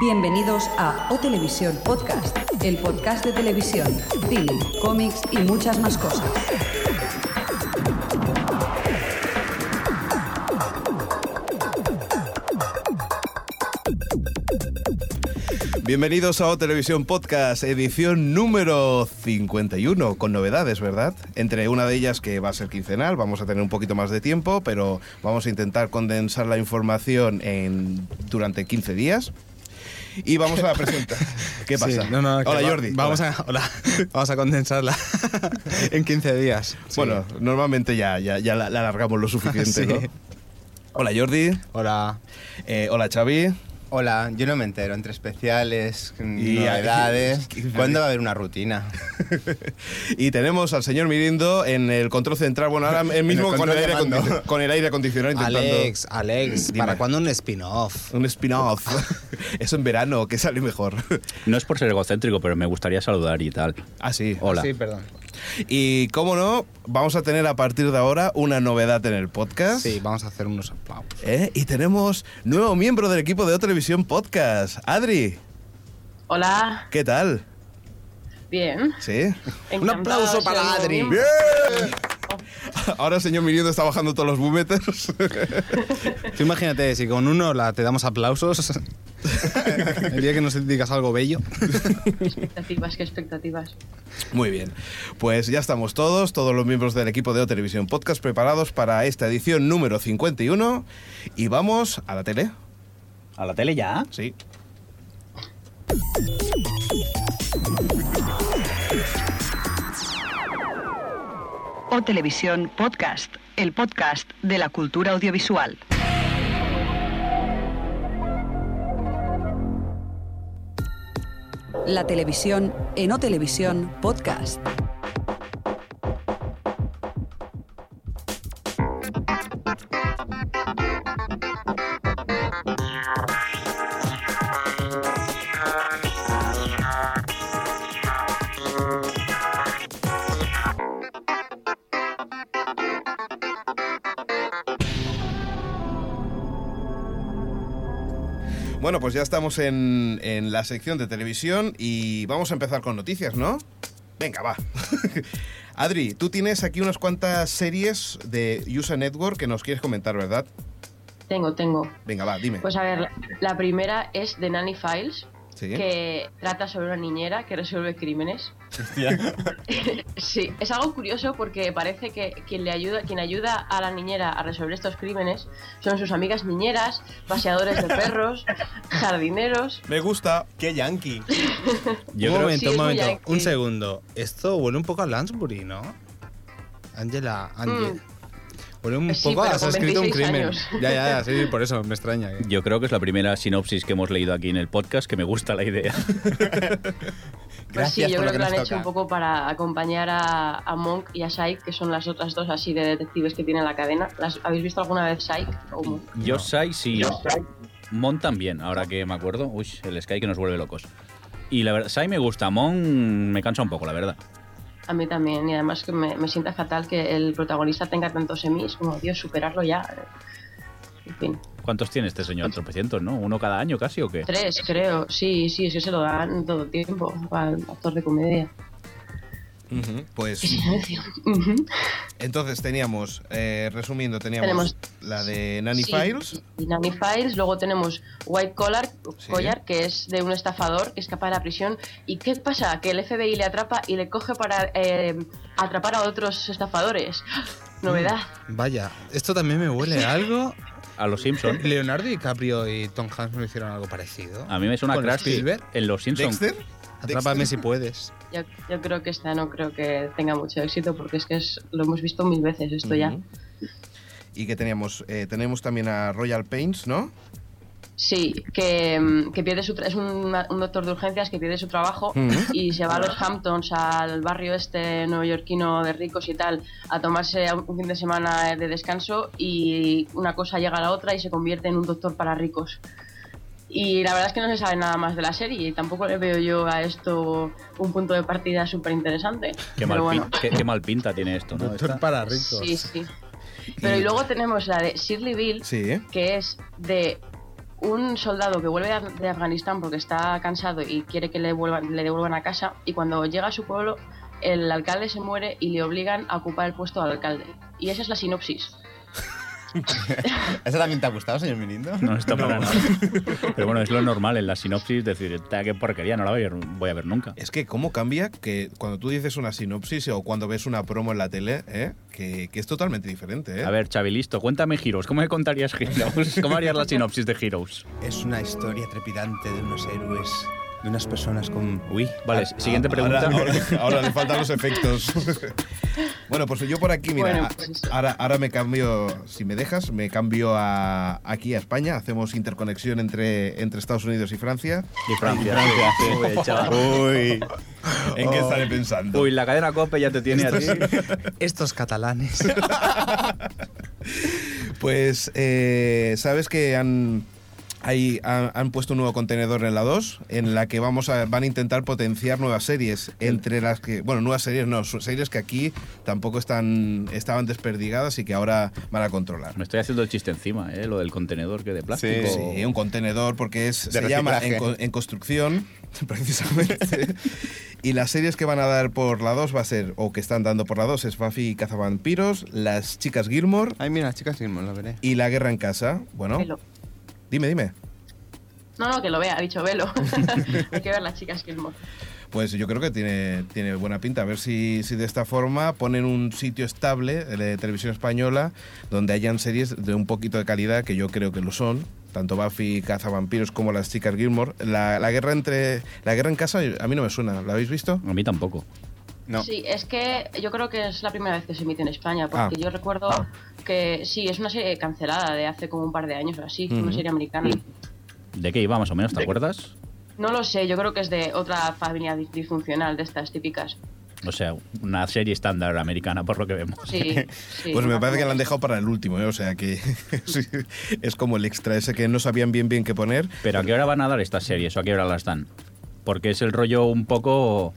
Bienvenidos a O Televisión Podcast, el podcast de televisión, cine, cómics y muchas más cosas. Bienvenidos a O Televisión Podcast, edición número 51, con novedades, ¿verdad? Entre una de ellas que va a ser quincenal, vamos a tener un poquito más de tiempo, pero vamos a intentar condensar la información en, durante 15 días. Y vamos a presentar. ¿Qué pasa? Sí, no, no, que hola va- Jordi. Vamos, Hola. A, hola. vamos a condensarla en 15 días. Sí. Bueno, normalmente ya, ya, ya la, la alargamos lo suficiente, Sí. ¿no? Hola Jordi. Hola. Eh, hola Xavi. Hola, yo no me entero entre especiales, novedades. novedades. ¿Cuándo ¿Cuándo va a haber una rutina? Y tenemos al señor Mirindo en el control central. Bueno, ahora él mismo En con, el el control aire de mando. acondi- con el aire acondicionado intentando. Alex, Alex, Dime. ¿para cuándo un spin-off? Un spin-off. Eso en verano, que sale mejor. No es por ser egocéntrico, pero me gustaría saludar y tal. Ah, sí. Hola. Sí, perdón. Y cómo no, vamos a tener a partir de ahora una novedad en el podcast. Sí, vamos a hacer unos aplausos. ¿Eh? Y tenemos nuevo miembro del equipo de O Televisión Podcast. Adri, Hola, ¿qué tal? bien. ¿Sí? Un aplauso para Adri. Ahora el señor Mirindo está bajando todos los búmeters. Tú imagínate, si con uno la te damos aplausos, el día que nos digas algo bello. Qué expectativas, qué expectativas. Muy bien, pues ya estamos todos, todos los miembros del equipo de O Televisión Podcast preparados para esta edición número 51 y vamos a la tele. ¿A la tele ya? Sí. O Televisión Podcast, el podcast de la cultura audiovisual. La televisión en O Televisión Podcast. Bueno, pues ya estamos en, en la sección de televisión y vamos a empezar con noticias, ¿no? Venga, va. Adri, tú tienes aquí unas cuantas series de USA Network que nos quieres comentar, ¿verdad? Tengo, tengo. Venga, va, dime. Pues a ver, la- la primera es The Nanny Files, Sí. que trata sobre una niñera que resuelve crímenes. sí, es algo curioso porque parece que quien le ayuda, quien ayuda a la niñera a resolver estos crímenes son sus amigas niñeras, paseadores de perros, jardineros. Me gusta. ¡Qué yankee! Yo un creo- momento, Sí, es un muy momento, yankee. un segundo. Esto huele un poco a Lansbury, ¿no? Angela, Angela. Mm. Pues Huele un Sí, poco a pero has con escrito un 26 crimen. años. Pues Ya, ya, ya, sí, por eso me extraña. que- Yo creo que es la primera sinopsis que hemos leído aquí en el podcast, que me gusta la idea. Pues sí, Gracias yo por creo que lo lo que nos han hecho toca. un poco para acompañar a, a Monk y a Syke, que son las otras dos así de detectives que tiene la cadena. ¿Las habéis visto alguna vez Syke o Monk? Yo Sai sí. Mon también, ahora que me acuerdo. Uy, el Sky que nos vuelve locos. Y la verdad, Sai me gusta, Mon me cansa un poco, la verdad. A mí también, y además que me, me sienta fatal que el protagonista tenga tantos semis, como Dios, superarlo ya. En fin, ¿Cuántos tiene este señor? Tropecientos, ¿no? ¿Uno cada año casi o qué? tres creo, sí, sí, es que se lo dan todo el tiempo al actor de comedia. Pues Ujú. entonces teníamos, eh, resumiendo, teníamos Tenemos- la de Nanny Sí, Files. y Nanny Files. Luego tenemos White Collar, Sí. collar, que es de un estafador que escapa de la prisión. ¿Y qué pasa? Que el FBI le atrapa y le coge para eh, atrapar a otros estafadores. Novedad. Mm. Vaya, esto también me huele a algo. A los Simpson. Leonardo DiCaprio y Tom Hanks no hicieron algo parecido. A mí me suena ¿Con Crash Spielberg? en los Simpson. Dexter. Atrápame si puedes. Yo, yo creo que esta no creo que tenga mucho éxito porque es que es- lo hemos visto mil veces esto ya. Ujú. Y que teníamos, eh, tenemos también a Royal Pains, ¿no? Sí, que, mm, que pierde su tra- es un, un doctor de urgencias que pierde su trabajo Ujú. y se va a los Hamptons, al barrio este neoyorquino de ricos y tal, a tomarse un fin de semana de descanso y una cosa llega a la otra y se convierte en un doctor para ricos. Y la verdad es que no se sabe nada más de la serie y tampoco le veo yo a esto un punto de partida súper interesante. Qué mal, Pero bueno, pin- qué- qué mal pinta tiene esto, ¿no? Doctor para ricos. sí, sí. Pero y luego tenemos la de Shirley Bill, Sí, ¿eh? que es de un soldado que vuelve de Af- de Afganistán porque está cansado y quiere que le, vuelvan- le devuelvan a casa y cuando llega a su pueblo el alcalde se muere y le obligan a ocupar el puesto de alcalde. Y esa es la sinopsis. ¿Esa también te ha gustado, señor Mirindo? No está para nada. Pero bueno, es lo normal en la sinopsis decir, "Ta, qué porquería, no la voy a ver, voy a ver nunca. Es que cómo cambia que cuando tú dices una sinopsis o cuando ves una promo en la tele, ¿eh? que, que es totalmente diferente. ¿eh? A ver, Xavi, listo, cuéntame Heroes. ¿Cómo me contarías Heroes? ¿Cómo harías la sinopsis de Heroes? Es una historia trepidante de unos héroes, de unas personas con. Uy. Vale, Ah, siguiente Ahora, pregunta. ahora- ahora le faltan los efectos. bueno, pues yo por aquí, mira, Bueno, pues eso. ahora, ahora me cambio, si me dejas, me cambio a, aquí a España, hacemos interconexión entre, entre Estados Unidos y Francia. Y Francia. Uy, chaval. Uy. ¿En qué estaré pensando? Uy, la cadena COPE ya te tiene a ti. Estos catalanes. Pues, eh, ¿sabes que han, hay- han, han puesto un nuevo contenedor en la 2? En la que vamos a, van a intentar potenciar nuevas series. Entre las que. Bueno, nuevas series no, su- series que aquí tampoco están, estaban desperdigadas y que ahora van a controlar. Me estoy haciendo el chiste encima, ¿eh? Lo del contenedor que de plástico. Sí, un contenedor porque es, se llama en, reciclaje. co- en construcción, precisamente. y las series que van a dar por la 2 va a ser, o que están dando por la 2, es Buffy y Cazavampiros, Las Chicas Gilmore Ay, mira, chicas, sí, la veré. y La Guerra en Casa. Bueno, Velo. dime, dime. No, no, que lo vea, ha dicho velo. Hay que ver las chicas Gilmore. Pues yo creo que tiene, tiene buena pinta. A ver si, si de esta forma ponen un sitio estable eh, de televisión española donde hayan series de un poquito de calidad, que yo creo que lo son. Tanto Buffy, Cazavampiros como las chicas Gilmore. La, la guerra entre. La guerra en casa a mí no me suena. ¿La habéis visto? A mí tampoco. No. Sí, es que yo creo que es la primera vez que se emite en España, porque Ah. yo recuerdo que sí, es una serie cancelada de hace como un par de años o así, una Ujú. serie americana. ¿De qué iba más o menos? ¿Te acuerdas? No lo sé, yo creo que es de otra familia dis- disfuncional de estas típicas. O sea, una serie estándar americana, por lo que vemos. Sí, sí. Pues me parece que la han dejado para el último, ¿eh? o sea que sí, es como el extra ese que no sabían bien bien qué poner. ¿Pero a qué hora van a dar estas series o a qué hora las dan? Porque es el rollo un poco...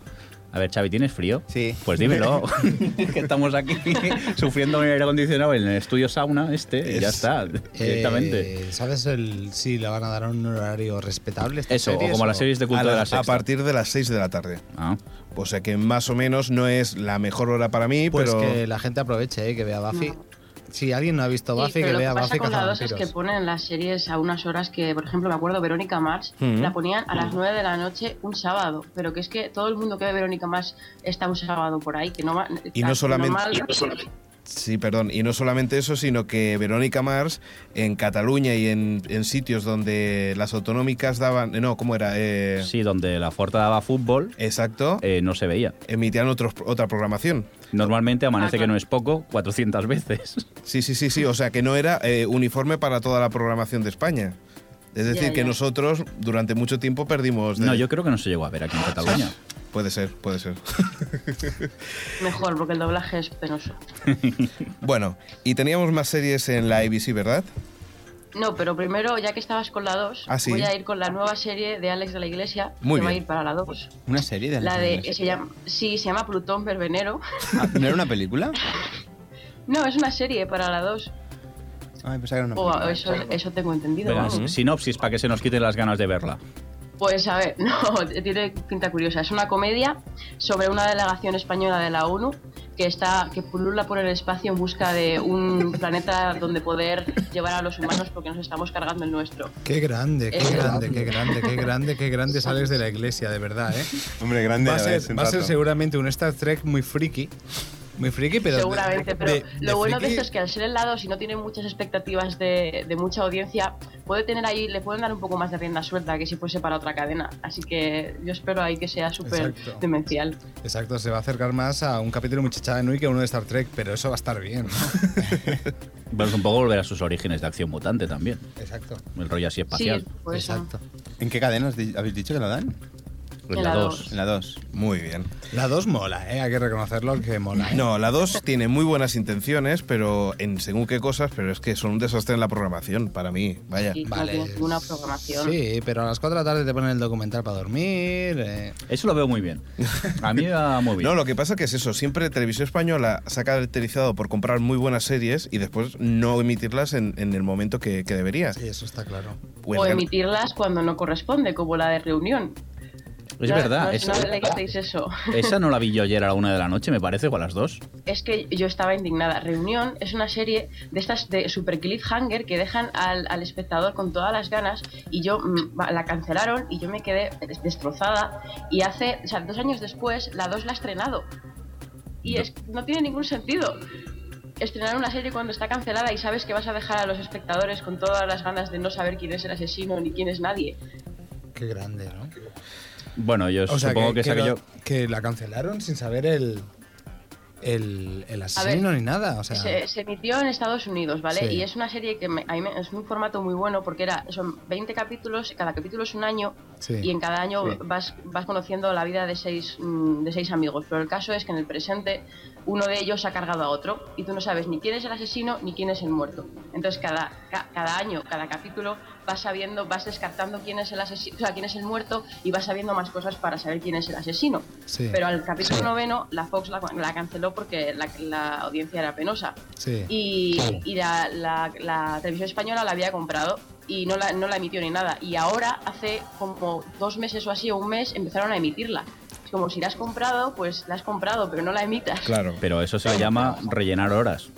A ver, Xavi, ¿tienes frío? Sí. Pues dímelo, que estamos aquí sufriendo en el aire acondicionado en el estudio sauna este y ya Es- está, eh, directamente. Eh, ¿Sabes el, si la van a dar a un horario respetable? estas Eso, o series, como las series de A, culto de la- la a sexta. partir de las 6 de la tarde. Ah, O sea que más o menos no es la mejor hora para mí, Pues pero... que la gente aproveche, eh, que vea Buffy. No. Si alguien no ha visto Sí, Buffy, pero que lo vea que pasa Buffy con la 2 es que cazavampiros. ponen las series a unas horas que, por ejemplo, me acuerdo Verónica Mars, Ujú. la ponían a las Mm. 9 de la noche un sábado, pero que es que todo el mundo que ve Verónica Mars está un sábado por ahí, que no va... Y no está solamente- normal. Sí, perdón. Y no solamente eso, sino que Verónica Mars en Cataluña y en, en sitios donde las autonómicas daban... No, ¿cómo era? Eh, sí, donde la Forta daba fútbol, Exacto. eh, no se veía. Emitían otros, otra programación. Normalmente amanece Ah, que claro. no es poco, 400 veces. Sí, sí, sí, sí. O sea, que no era eh, uniforme para toda la programación de España. Es decir, que ya. nosotros durante mucho tiempo perdimos... de- No, yo creo que no se llegó a ver aquí en Ah, Cataluña. Puede ser, puede ser. Mejor, porque el doblaje es penoso. Bueno, y teníamos más series en la ABC, ¿verdad? No, pero primero, ya que estabas con la 2, Ah, sí. voy a ir con la nueva serie de Alex de la Iglesia, Muy que va a bien. ir para la 2. Una serie de La de, Netflix. se llama, sí, se llama Plutón Verbenero. Ah, ¿No era una película? No, es una serie para la 2. Ay, pensaba que era una O película. eso, eso tengo entendido. Venga, vamos. sinopsis para que se nos quiten las ganas de verla. Pues a ver, no, tiene pinta curiosa. Es una comedia sobre una delegación española de la ONU que está que pulula por el espacio en busca de un planeta donde poder llevar a los humanos porque nos estamos cargando el nuestro. Qué grande, qué Es que- grande, qué grande, qué grande, qué grande sales de la iglesia, de verdad, ¿eh? Hombre, grande. Va a la ser, ves en va a ser rato. seguramente un Star Trek muy friki. Muy friki, pero. de- Seguramente, pero de- lo de bueno de friki- esto es que al ser el lado, si no tiene muchas expectativas de, de mucha audiencia, puede tener ahí, le pueden dar un poco más de rienda suelta que si fuese para otra cadena. Así que yo espero ahí que sea súper Exacto. demencial. Exacto, se va a acercar más a un capítulo muchacha de Nui que a uno de Star Trek, pero eso va a estar bien. Vamos un poco a volver a sus orígenes de acción mutante también. Exacto. El rollo así Sí, espacial. por eso. Exacto. ¿En qué cadenas di- habéis dicho que la dan? En la dos. En la 2. Muy bien. La 2 mola, ¿eh? Hay que reconocerlo que mola. ¿eh? No, la 2 tiene muy buenas intenciones, pero en según qué cosas, pero es que son un desastre en la programación, para mí. Vaya. Y Vale. no tienes ninguna programación. Sí, pero a las 4 de la tarde te ponen el documental para dormir. eh. Eso lo veo muy bien. A mí me va muy bien. No, lo que pasa que es eso, siempre Televisión Española se ha caracterizado por comprar muy buenas series y después no emitirlas en, en el momento que, que debería. Pues Sí, eso está claro. Bueno, o emitirlas cuando no corresponde, como la de reunión. es No- verdad. No, esa, no leísteis eso. esa no la vi yo ayer a la una de la noche, me parece, o a las dos. Es que yo estaba indignada. Reunión es una serie de estas de super cliffhanger que dejan al, al espectador con todas las ganas y yo mm, va- la cancelaron y yo me quedé des- destrozada y hace, o sea, dos años después la 2 la ha estrenado y es, no tiene ningún sentido. Estrenar una serie cuando está cancelada y sabes que vas a dejar a los espectadores con todas las ganas de no saber quién es el asesino ni quién es nadie. Qué grande, ¿no? Bueno, yo supongo que, es aquello. lo- que la cancelaron sin saber el, el, el A ver, asesino ni nada. O sea, se, se emitió en Estados Unidos, ¿vale? Sí. Y es una serie que me- a mí me- es un formato muy bueno porque era son 20 capítulos, cada capítulo es un año Sí. y en cada año Sí. vas, vas conociendo la vida de seis, mm, de seis amigos. Pero el caso es que en el presente uno de ellos ha cargado a otro y tú no sabes ni quién es el asesino ni quién es el muerto. Entonces cada, ca- cada año, cada capítulo vas sabiendo, vas descartando quién es el asesino, o sea, quién es el muerto y vas sabiendo más cosas para saber quién es el asesino. Sí. Pero al capítulo Sí. noveno la Fox la, la canceló porque la- la audiencia era penosa sí. y, Claro. y la, la- la televisión española la había comprado y no la, no la emitió ni nada. Y ahora, hace como dos meses o así, o un mes, empezaron a emitirla. Es como si la has comprado, pues la has comprado, pero no la emitas. claro. Pero eso se le llama rellenar horas.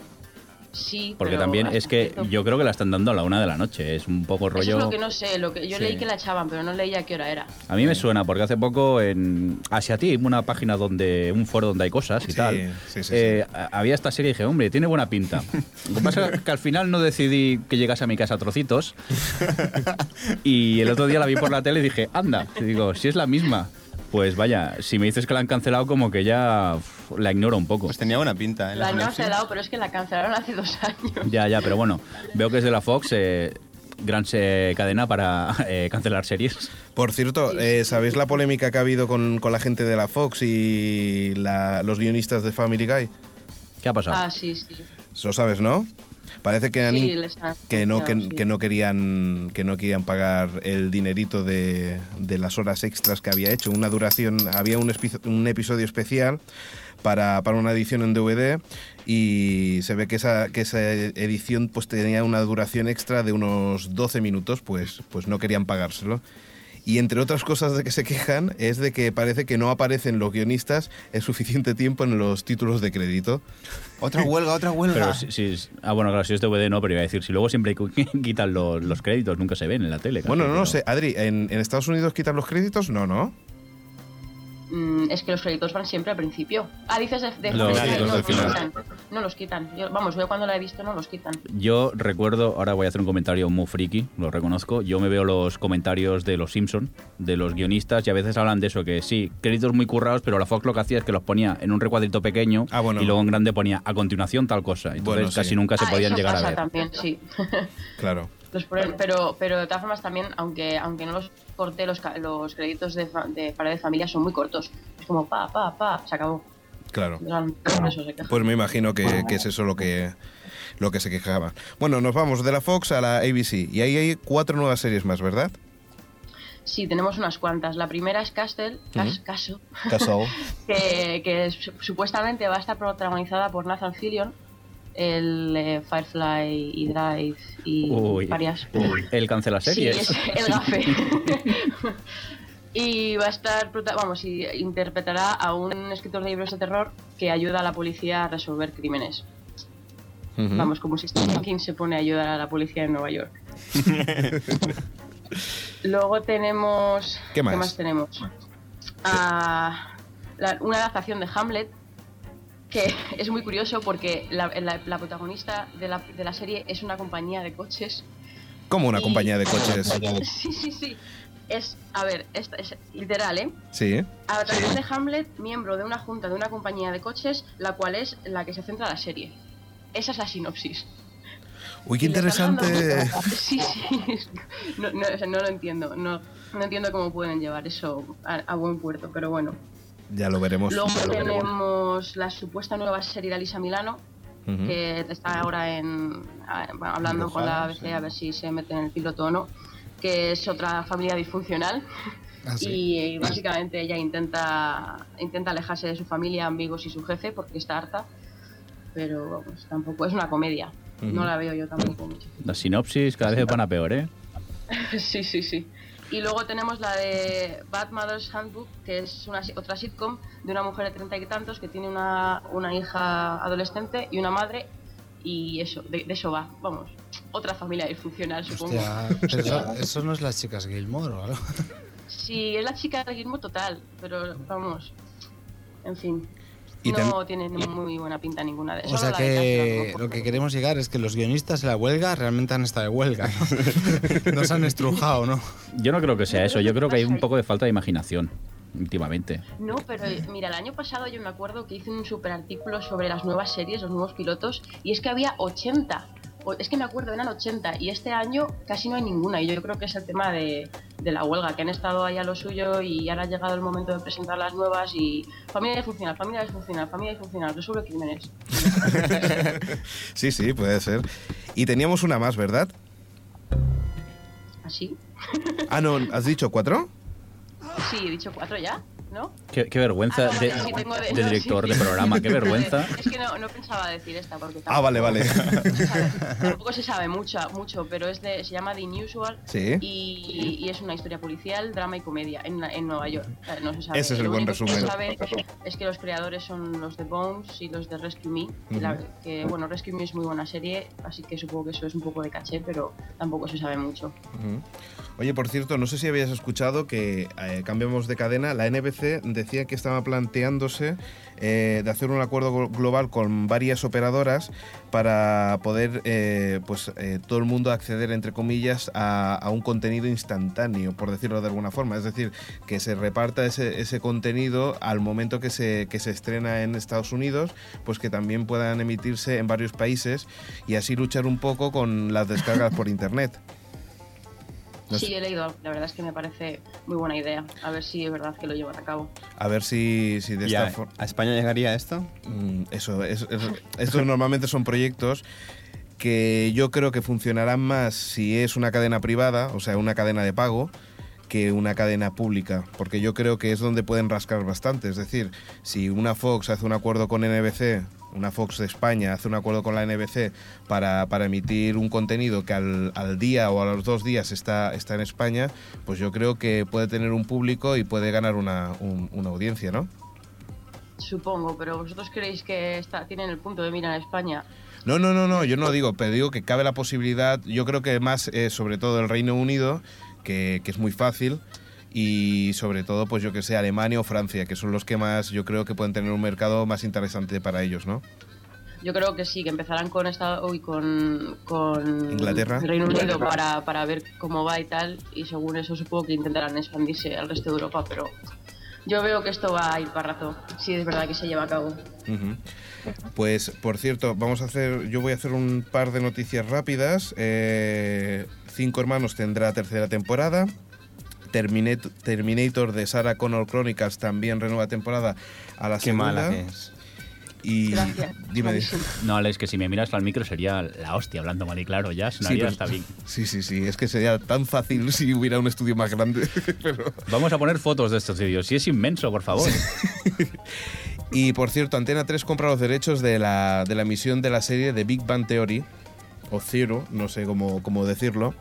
Sí, Porque pero también hasta es que cierto- yo creo que la están dando a la una de la noche. Es un poco Eso rollo. es lo que no sé, lo que yo Sí. leí que la echaban, pero no leía qué hora era. A mí me suena, porque hace poco en Hacia ti, una página donde, un foro donde hay cosas y Sí, tal, sí, sí, sí. eh, a- había esta serie y dije, hombre, tiene buena pinta. Lo que pasa es que al final no decidí que llegase a mi casa a trocitos y el otro día la vi por la tele y dije, anda, y digo, si es la misma. Pues vaya, si me dices que la han cancelado, como que ya uf, la ignoro un poco. Pues tenía buena pinta. ¿eh? La han sinopsis. cancelado, pero es que la cancelaron hace dos años. Ya, ya, pero bueno, veo que es de la Fox, eh, gran eh, cadena para eh, cancelar series. Por cierto, eh, ¿sabéis la polémica que ha habido con, con la gente de la Fox y la- los guionistas de Family Guy? ¿Qué ha pasado? Ah, sí, sí. Lo sabes, ¿no? Parece que han Sí, in- les han- que no, claro, que, sí. que no querían que no querían pagar el dinerito de, de las horas extras que había hecho una duración había un, espi- un episodio especial para, para una edición en DVD y se ve que esa, que esa edición pues tenía una duración extra de unos 12 minutos pues pues no querían pagárselo y entre otras cosas de que se quejan es de que parece que no aparecen los guionistas el suficiente tiempo en los títulos de crédito. Otra huelga, otra huelga. Pero si, si- ah, bueno, claro, si es DVD no, pero iba a decir, si luego siempre cu- quitan los, los créditos, nunca se ven en la tele. casi, Bueno, no pero- lo sé. Adri, ¿en, en Estados Unidos quitan los créditos? No, no. Mm, es que los créditos van siempre al principio. Ah, dices de, de- Los de- créditos no, del no final. quitan. No los quitan. Yo- vamos, yo cuando la he visto no los quitan. Yo recuerdo, ahora voy a hacer un comentario muy friki, lo reconozco, yo me veo los comentarios de los Simpson, de los guionistas, y a veces hablan de eso, que sí, créditos muy currados, pero la Fox lo que hacía es que los ponía en un recuadrito pequeño Ah, bueno. y luego en grande ponía a continuación tal cosa. Entonces Bueno, sí. casi nunca se Ah, podían eso llegar a pasa ver. también, sí. Claro. Los ponen- pero, pero de todas formas también, aunque, aunque no los corté, los, ca- los créditos de, fa- de Pared de Familia son muy cortos. Es como pa, pa, pa, se acabó. Claro. Por eso se queja. Pues me imagino que, que es eso lo que, lo que se quejaban. Bueno, nos vamos de la Fox a la ABC. Y ahí hay cuatro nuevas series más, ¿verdad? Sí, tenemos unas cuantas. La primera es Castle, Cas- Caso, Castle. que, que su- supuestamente va a estar protagonizada por Nathan Fillion, el eh, Firefly y Drive y Uy, varias. él cancela Sí, series. es el gafe. y va a estar, prota- vamos, y interpretará a un escritor de libros de terror que ayuda a la policía a resolver crímenes. Ujú. Vamos, como si Stephen King se pone a ayudar a la policía en Nueva York. Luego tenemos. ¿Qué más? tenemos? Ah, la- una adaptación de Hamlet que es muy curioso porque la, la- la protagonista de la, de la serie es una compañía de coches Como una Y- compañía de coches. Sí, sí, sí. Es, a ver, es, es literal, ¿eh? Sí. A través de Hamlet, miembro de una junta de una compañía de coches, la cual es la que se centra la serie. Esa es la sinopsis. Uy, qué Y le están dando- interesante. Sí, sí. No, no, o sea, no lo entiendo. No, no entiendo cómo pueden llevar eso a, a buen puerto, pero bueno. Ya lo veremos. Luego ya Pues lo veremos. tenemos la supuesta nueva serie de Alisa Milano, ¿Mm? Ujú. que está ahora en, a- bueno, hablando con la ABC a ver si se mete en el piloto o no, que es otra familia disfuncional. Ah, sí. Y eh, básicamente ella intenta, intenta alejarse de su familia, amigos y su jefe porque está harta. Pero vamos, tampoco es una comedia. No la veo yo tampoco mucho. La sinopsis cada vez van a peor, ¿eh? sí, sí, sí. Y luego tenemos la de Bad Mother's Handbook, que es una, si- otra sitcom de una mujer de treinta y tantos que tiene una, una hija adolescente y una madre. Y eso, de, de eso va. Vamos, otra familia disfuncional, supongo. Hostia, pero eso, eso no es las chicas Gilmore o algo. Sí, es la chica de ritmo total, pero vamos. En fin. Y no tienen muy buena pinta ninguna de O solo sea la de Castro, a lo que mejor. lo que queremos llegar es que los guionistas de la huelga realmente han estado de huelga. ¿no? Nos han estrujado, ¿no? Yo no creo que sea eso, yo creo que hay un poco de falta de imaginación últimamente. No, pero eh, mira, el año pasado yo me acuerdo que hice un super artículo sobre las nuevas series, los nuevos pilotos, y es que había 80. O- Es que me acuerdo, eran 80, y este año casi no hay ninguna. Y yo creo que es el tema de, de la huelga, que han estado ahí a lo suyo y ahora ha llegado el momento de presentar las nuevas. Y familia disfuncional, familia disfuncional, familia disfuncional, resuelve crímenes. Sí, sí, puede ser. Y teníamos una más, ¿verdad? ¿Así? Ah, no, ¿has dicho cuatro? Sí, he dicho cuatro ya, ¿no? Qué, qué vergüenza Ah, no, de, no, sí, tengo de- de no, director sí. de programa, qué vergüenza. Es que no, no pensaba decir esta porque Ah, vale, vale. Tampoco se sabe mucho, mucho, pero es de, se llama The Unusual Sí. y, y es una historia policial, drama y comedia en, la- en Nueva York. O sea, no se sabe. Ese es el Lo buen único que se resumen. sabe es que los creadores son los de Bones y los de Rescue Me. que la- que, bueno, Rescue Me es muy buena serie, así que supongo que eso es un poco de caché, pero tampoco se sabe mucho. Ujú. Oye, por cierto, no sé si habías escuchado que eh, cambiamos de cadena. La NBC decía que estaba planteándose eh, de hacer un acuerdo glo- global con varias operadoras para poder, eh, pues, eh, todo el mundo acceder entre comillas a, a un contenido instantáneo, por decirlo de alguna forma. Es decir, que se reparta ese, ese contenido al momento que se, que se estrena en Estados Unidos, pues que también puedan emitirse en varios países y así luchar un poco con las descargas por internet. No sí, sé. he leído, algo, la verdad es que me parece muy buena idea. A ver si es verdad que lo llevan a cabo. A ver si, si de ¿Y a, esta forma. a España llegaría esto? Eso, es- es- estos normalmente son proyectos que yo creo que funcionarán más si es una cadena privada, o sea, una cadena de pago, que una cadena pública, porque yo creo que es donde pueden rascar bastante. Es decir, si una Fox hace un acuerdo con NBC, una Fox de España hace un acuerdo con la NBC para, para emitir un contenido que al, al día o a los dos días está, está en España, pues yo creo que puede tener un público y puede ganar una, un- una audiencia, ¿no? Supongo, pero vosotros creéis que está, tienen el punto de mira en España. No, no, no, no, yo no digo, pero digo que cabe la posibilidad, yo creo que más, eh, sobre todo el Reino Unido, que, que es muy fácil, y sobre todo, pues yo que sé, Alemania o Francia, que son los que más, yo creo que pueden tener un mercado más interesante para ellos, ¿no? Yo creo que sí, que empezarán con esta uy, con, con Inglaterra. Reino Unido para, para ver cómo va y tal, y según eso supongo que intentarán expandirse al resto de Europa, pero yo veo que esto va a ir para rato, si es verdad que se lleva a cabo. Ujú. Pues, por cierto, vamos a hacer, yo voy a hacer un par de noticias rápidas. Eh, Cinco Hermanos tendrá tercera temporada. Terminator, Terminator de Sarah Connor Chronicles también renueva temporada a la Qué segunda. mala que es. Y Gracias. dime, dime. Malísimo. No, Alex, que si me miras al micro sería la hostia hablando mal y claro, ya Sí, pues sonaría pero- hasta bien. Sí, sí, sí. Es que sería tan fácil si hubiera un estudio más grande. pero- Vamos a poner fotos de estos vídeos, si es inmenso, por favor. Y por cierto, Antena 3 compra los derechos de la, de la emisión de la serie de Big Bang Theory, o Zero, no sé cómo, cómo decirlo,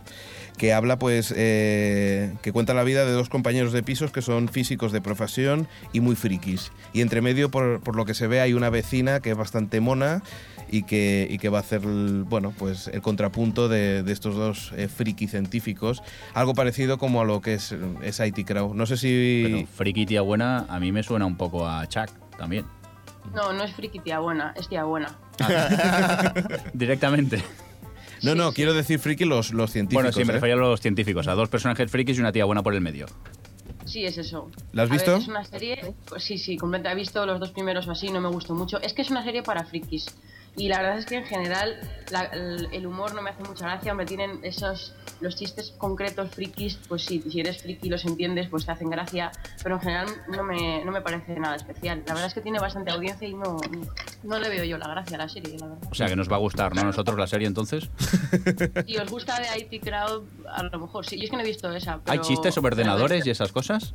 que habla, pues, eh, que cuenta la vida de dos compañeros de pisos que son físicos de profesión y muy frikis. Y entre medio, por, por lo que se ve, hay una vecina que es bastante mona y que, y que va a hacer, el- bueno, pues el contrapunto de, de estos dos eh, friki científicos. Algo parecido como a lo que es, es IT Crowd. No sé si... Pero friki tía buena, a mí me suena un poco a Chuck también. No, no es friki tía buena, es tía buena. Directamente. No, Sí, no, sí. quiero decir friki los, los científicos. bueno, sí, me ¿eh? refería a los científicos, a dos personajes frikis y una tía buena por el medio. Sí, es eso. ¿La has A ver, visto? es una serie, pues sí, sí, completa. He visto los dos primeros o así, no me gustó mucho. Es que es una serie para frikis. Y la verdad es que en general la- el el humor no me hace mucha gracia, me tienen esos los chistes concretos frikis, pues sí, si eres friki y los entiendes, pues te hacen gracia, pero en general no me, no me parece nada especial. La verdad es que tiene bastante audiencia y no, no le veo yo la gracia a la serie, la verdad. O sea, que nos va a gustar, ¿no? A Nosotros la serie, entonces. Y os gusta de IT Crowd, a lo mejor sí, yo es que no he visto esa. ¿Hay pero- chistes sobre ordenadores y esas cosas?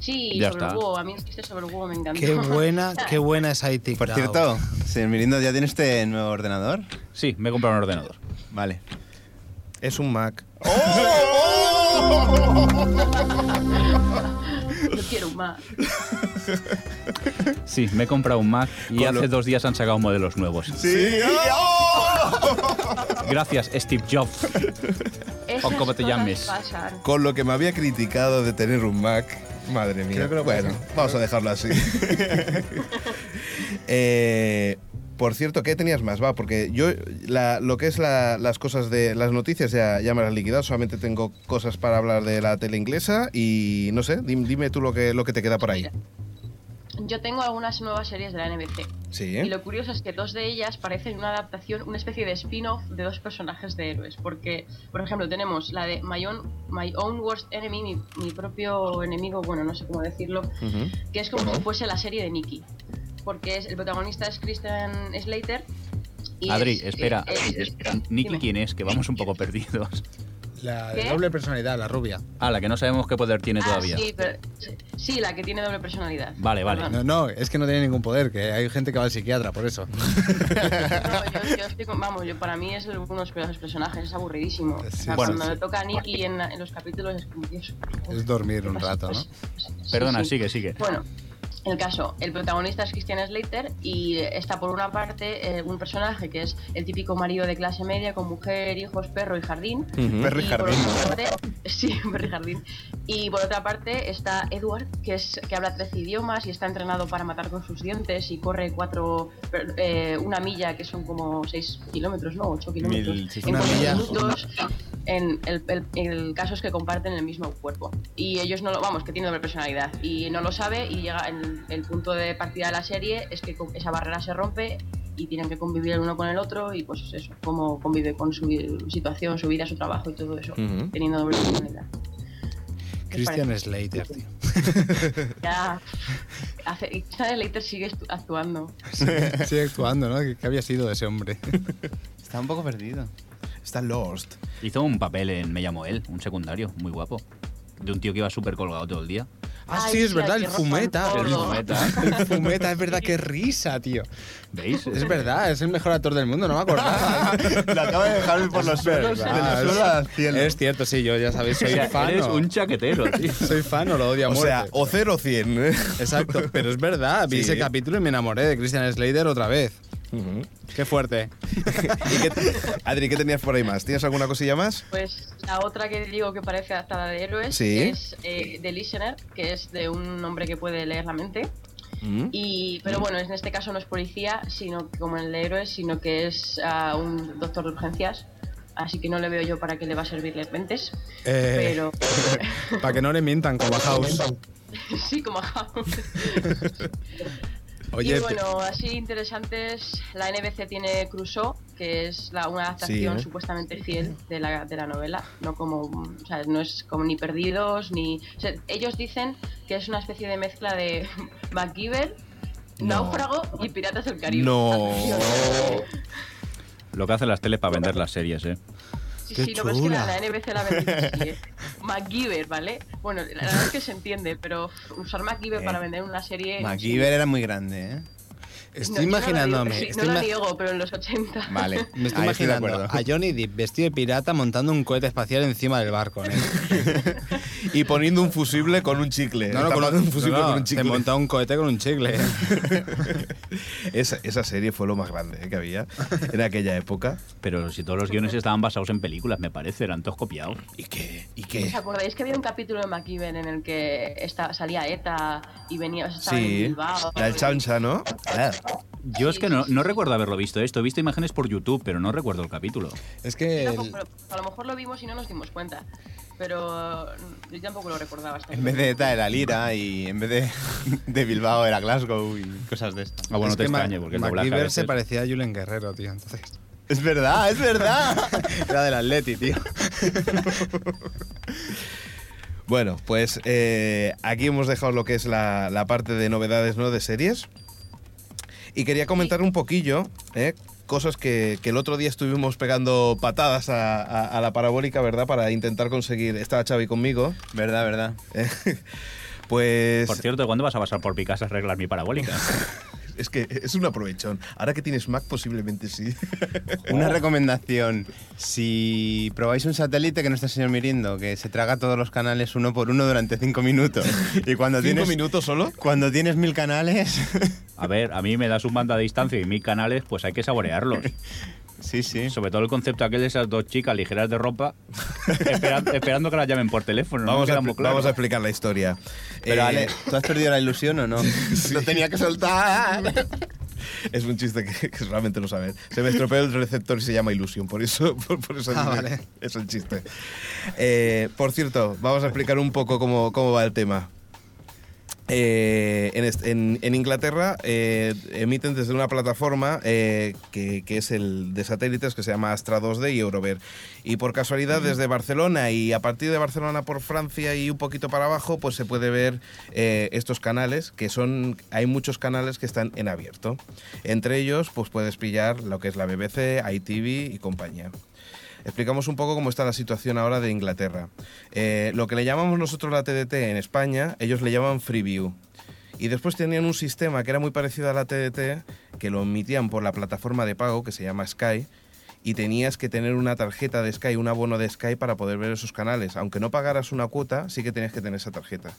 Sí, Ya sobre está. el huevo, a mí el chiste sobre el huevo me encanta. Qué buena, qué buena es IT. Por Crowd. cierto, señor Mirindo, ¿ya tiene este nuevo ordenador? Sí, me he comprado un ordenador. Vale. Es un Mac. Yo quiero un más. Sí, me he comprado un Mac y hace dos días han sacado modelos nuevos. ¡Sí! ¡Oh! Gracias, Steve Jobs. Esas como te cosas llames. pasan. Con lo que me había criticado de tener un Mac. Madre mía. bueno, vamos a dejarlo así. Eh, por cierto, ¿qué tenías más? Va, porque yo la- lo que es la- las cosas de las noticias ya, ya me las he liquidado. Solamente tengo cosas para hablar de la tele inglesa y no sé, dim- dime, tú lo que, lo que te queda por ahí. Yo tengo algunas nuevas series de la NBC. Sí, ¿Eh? Y lo curioso es que dos de ellas parecen una adaptación, una especie de spin-off de dos personajes de héroes. Porque, por ejemplo, tenemos la de My Own, My Own Worst Enemy, mi, mi propio enemigo, bueno, no sé cómo decirlo, Ujú. que es como si fuese la serie de Nicky. Porque es- el protagonista es Christian Slater. y Adri, es- espera. es- es- espera, Nicky, dime. ¿quién es? Que vamos un poco perdidos. La de ¿Qué? doble personalidad, la rubia. Ah, la que no sabemos qué poder tiene Ah, todavía. Sí, pero- sí, la que tiene doble personalidad. Vale, vale. Perdón. No, no, es que no tiene ningún poder, que hay gente que va al psiquiatra, por eso. No, yo, yo estoy con- vamos, yo para mí es uno de los peores personajes, es aburridísimo. O sea, Bueno, cuando sí. le toca a Nicky en, en los capítulos es como, Dios, Es dormir ¿qué un pasa? rato, ¿no? Pues, sí, Perdona, sí. sigue, sigue. Bueno, el caso, el protagonista es Christian Slater y está por una parte eh, un personaje que es el típico marido de clase media con mujer, hijos, perro y jardín. Perro y por jardín. otra parte- sí, perro y jardín. Y por otra parte está Edward, que es que habla tres idiomas y está entrenado para matar con sus dientes y corre cuatro, per- eh, una milla que son como seis kilómetros, no, ocho kilómetros. Mil- sí, en una cuatro milla. minutos. En el, el- el caso es que comparten el mismo cuerpo y ellos no lo, vamos, que tiene doble personalidad y no lo sabe y llega el, el punto de partida de la serie es que con- esa barrera se rompe y tienen que convivir el uno con el otro y pues eso, cómo convive con su vi- situación, su vida, su trabajo y todo eso, Ujú. teniendo doble personalidad. ¿Qué os Christian Slater, tío. parece? Ya. Hace, Christian Slater sigue estu- actuando. Sigue actuando, ¿no? ¿Qué, qué había sido de ese hombre? Está un poco perdido. Está Lost. Hizo un papel en Me llamo él, un secundario, muy guapo. De un tío que iba súper colgado todo el día. Ah, Ay, sí, es sí, verdad, al el que rozan fumeta. todo. El fumeta. El fumeta, es verdad, qué risa, tío. ¿Veis? Es verdad, es el mejor actor del mundo, no me acordaba. Lo acaba de dejar por los suelos. De los Ah, suelos al cielo. Es cierto, sí, yo ya sabéis, O soy sea, fan. eres o- un chaquetero, tío. Soy fan o lo odio a O sea, muerte. o 0 o 100. ¿eh? Exacto, pero es verdad, vi Sí. ese capítulo y me enamoré de Christian Slater otra vez. Ujú. Qué fuerte. ¿Y qué- Adri, ¿qué tenías por ahí más? ¿Tienes alguna cosilla más? Pues la otra que digo que parece adaptada de héroes Sí. es eh, The Listener, que es de un hombre que puede leer la mente. Mm. Y, pero bueno, en este caso no es policía, sino que- como en el de héroes, sino que es ah, un doctor de urgencias. Así que no le veo yo para qué le va a servir las mentes. Eh, Pero Para que no le mientan como a House. sí, como a Oye, y te- bueno, así interesantes, la NBC tiene Crusoe, que es la, una adaptación Sí, ¿eh? supuestamente fiel de la, de la novela, no como, o sea, no es como ni Perdidos, ni... o sea, ellos dicen que es una especie de mezcla de MacGyver, No. Náufrago y Piratas del Caribe. No. Lo que hacen las teles para vender las series, ¿eh? Sí, Qué sí, lo que es que la, chula. la NBC la vende así, ¿eh? MacGyver, ¿vale? Bueno, la verdad es que se entiende, pero usar MacGyver Eh, para vender una serie... no sé. MacGyver era muy grande, ¿eh? No, estoy yo no la digo- imaginándome. sí, estoy no la ima- niego, pero en los 80. Vale. me estoy ahí de imaginando acuerdo. a Johnny Depp vestido de pirata montando un cohete espacial encima del barco. ¿eh? Y poniendo un fusible con un chicle. No, no, Tapando con un fusible no, no, con un chicle. Se monta un cohete con un chicle. Esa, esa serie fue lo más grande eh, que había en aquella época. Pero si todos los guiones estaban basados en películas, me parece, eran todos copiados. ¿Y qué? ¿Y ¿Os qué? acordáis que había un capítulo de McKibben en el que esta- salía ETA y venía o sea, estaba en Sí, Bilbao? la chancha, ¿no? Ah, Yo es que no, no recuerdo haberlo visto esto. He visto imágenes por YouTube, pero no recuerdo el capítulo. Es que. Yo el- tampoco- pero a lo mejor lo vimos y no nos dimos cuenta. Pero mm, yo tampoco lo recordaba. hasta En que- vez de ETA era Lira y en vez de, de Bilbao era Glasgow y cosas de estas. Ah, bueno, es no te que Ma- extrañe, porque el doblaje. a MacGyver se veces- parecía a Julen Guerrero, tío. Entonces. Es verdad, es verdad. Era del Atleti, tío. Bueno, pues eh, aquí hemos dejado lo que es la, la parte de novedades ¿no? de series. Y quería comentar un poquillo ¿eh? cosas que, que el otro día estuvimos pegando patadas a, a- a la parabólica, ¿verdad? Para intentar conseguir. Estaba Xavi conmigo. ¿Eh? verdad, verdad. Pues Por cierto, ¿cuándo vas a pasar por Picasa a arreglar mi parabólica? es que es un aprovechón. Ahora que tienes Mac, posiblemente sí. Una recomendación. Si probáis un satélite que no está el señor Mirindo, que se traga todos los canales uno por uno durante cinco minutos. Y cuando ¿Cinco tienes, minutos solo? Cuando tienes mil canales. A ver, a mí me das un banda de distancia y mil canales, pues hay que saborearlos. sí, sí. Sobre todo el concepto aquel de esas dos chicas ligeras de ropa, espera- esperando que las llamen por teléfono. Vamos, no a, Me queda muy expli- claro. vamos a explicar la historia. Pero Eh, Ale, ¿tú has perdido la ilusión o no? Lo tenía que soltar. Es un chiste que, que realmente no saben. Se me estropeó el receptor y se llama ilusión, por eso, por, por eso Ah, es- vale. es el chiste. Eh, por cierto, vamos a explicar un poco cómo, cómo va el tema. Eh, en, est- en- en Inglaterra eh, emiten desde una plataforma eh, que, que es el de satélites que se llama Astra 2D y Eurover. Y por casualidad desde Barcelona y a partir de Barcelona por Francia y un poquito para abajo, pues se puede ver eh, estos canales que son, hay muchos canales que están en abierto. Entre ellos, pues puedes pillar lo que es la BBC, ITV y compañía explicamos un poco cómo está la situación ahora de Inglaterra. Eh, lo que le llamamos nosotros la TDT en España, ellos le llaman Freeview. Y después tenían un sistema que era muy parecido a la TDT, que lo emitían por la plataforma de pago que se llama Sky, y tenías que tener una tarjeta de Sky, un abono de Sky para poder ver esos canales. Aunque no pagaras una cuota, sí que tenías que tener esa tarjeta.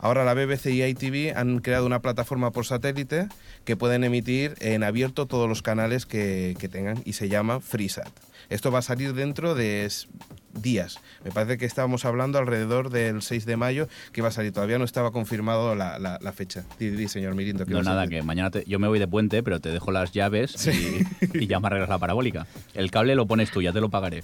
Ahora la BBC y ITV han creado una plataforma por satélite que pueden emitir en abierto todos los canales que, que tengan y se llama FreeSat. Esto va a salir dentro de s- días. Me parece que estábamos hablando alrededor del 6 de mayo que va a salir. Todavía no estaba confirmado la, la- la fecha. Di, di, señor Mirindo. ¿qué No, vas a nada, decir? que mañana te- yo me voy de puente, pero te dejo las llaves y, y ya me arreglas la parabólica. El cable lo pones tú, ya te lo pagaré.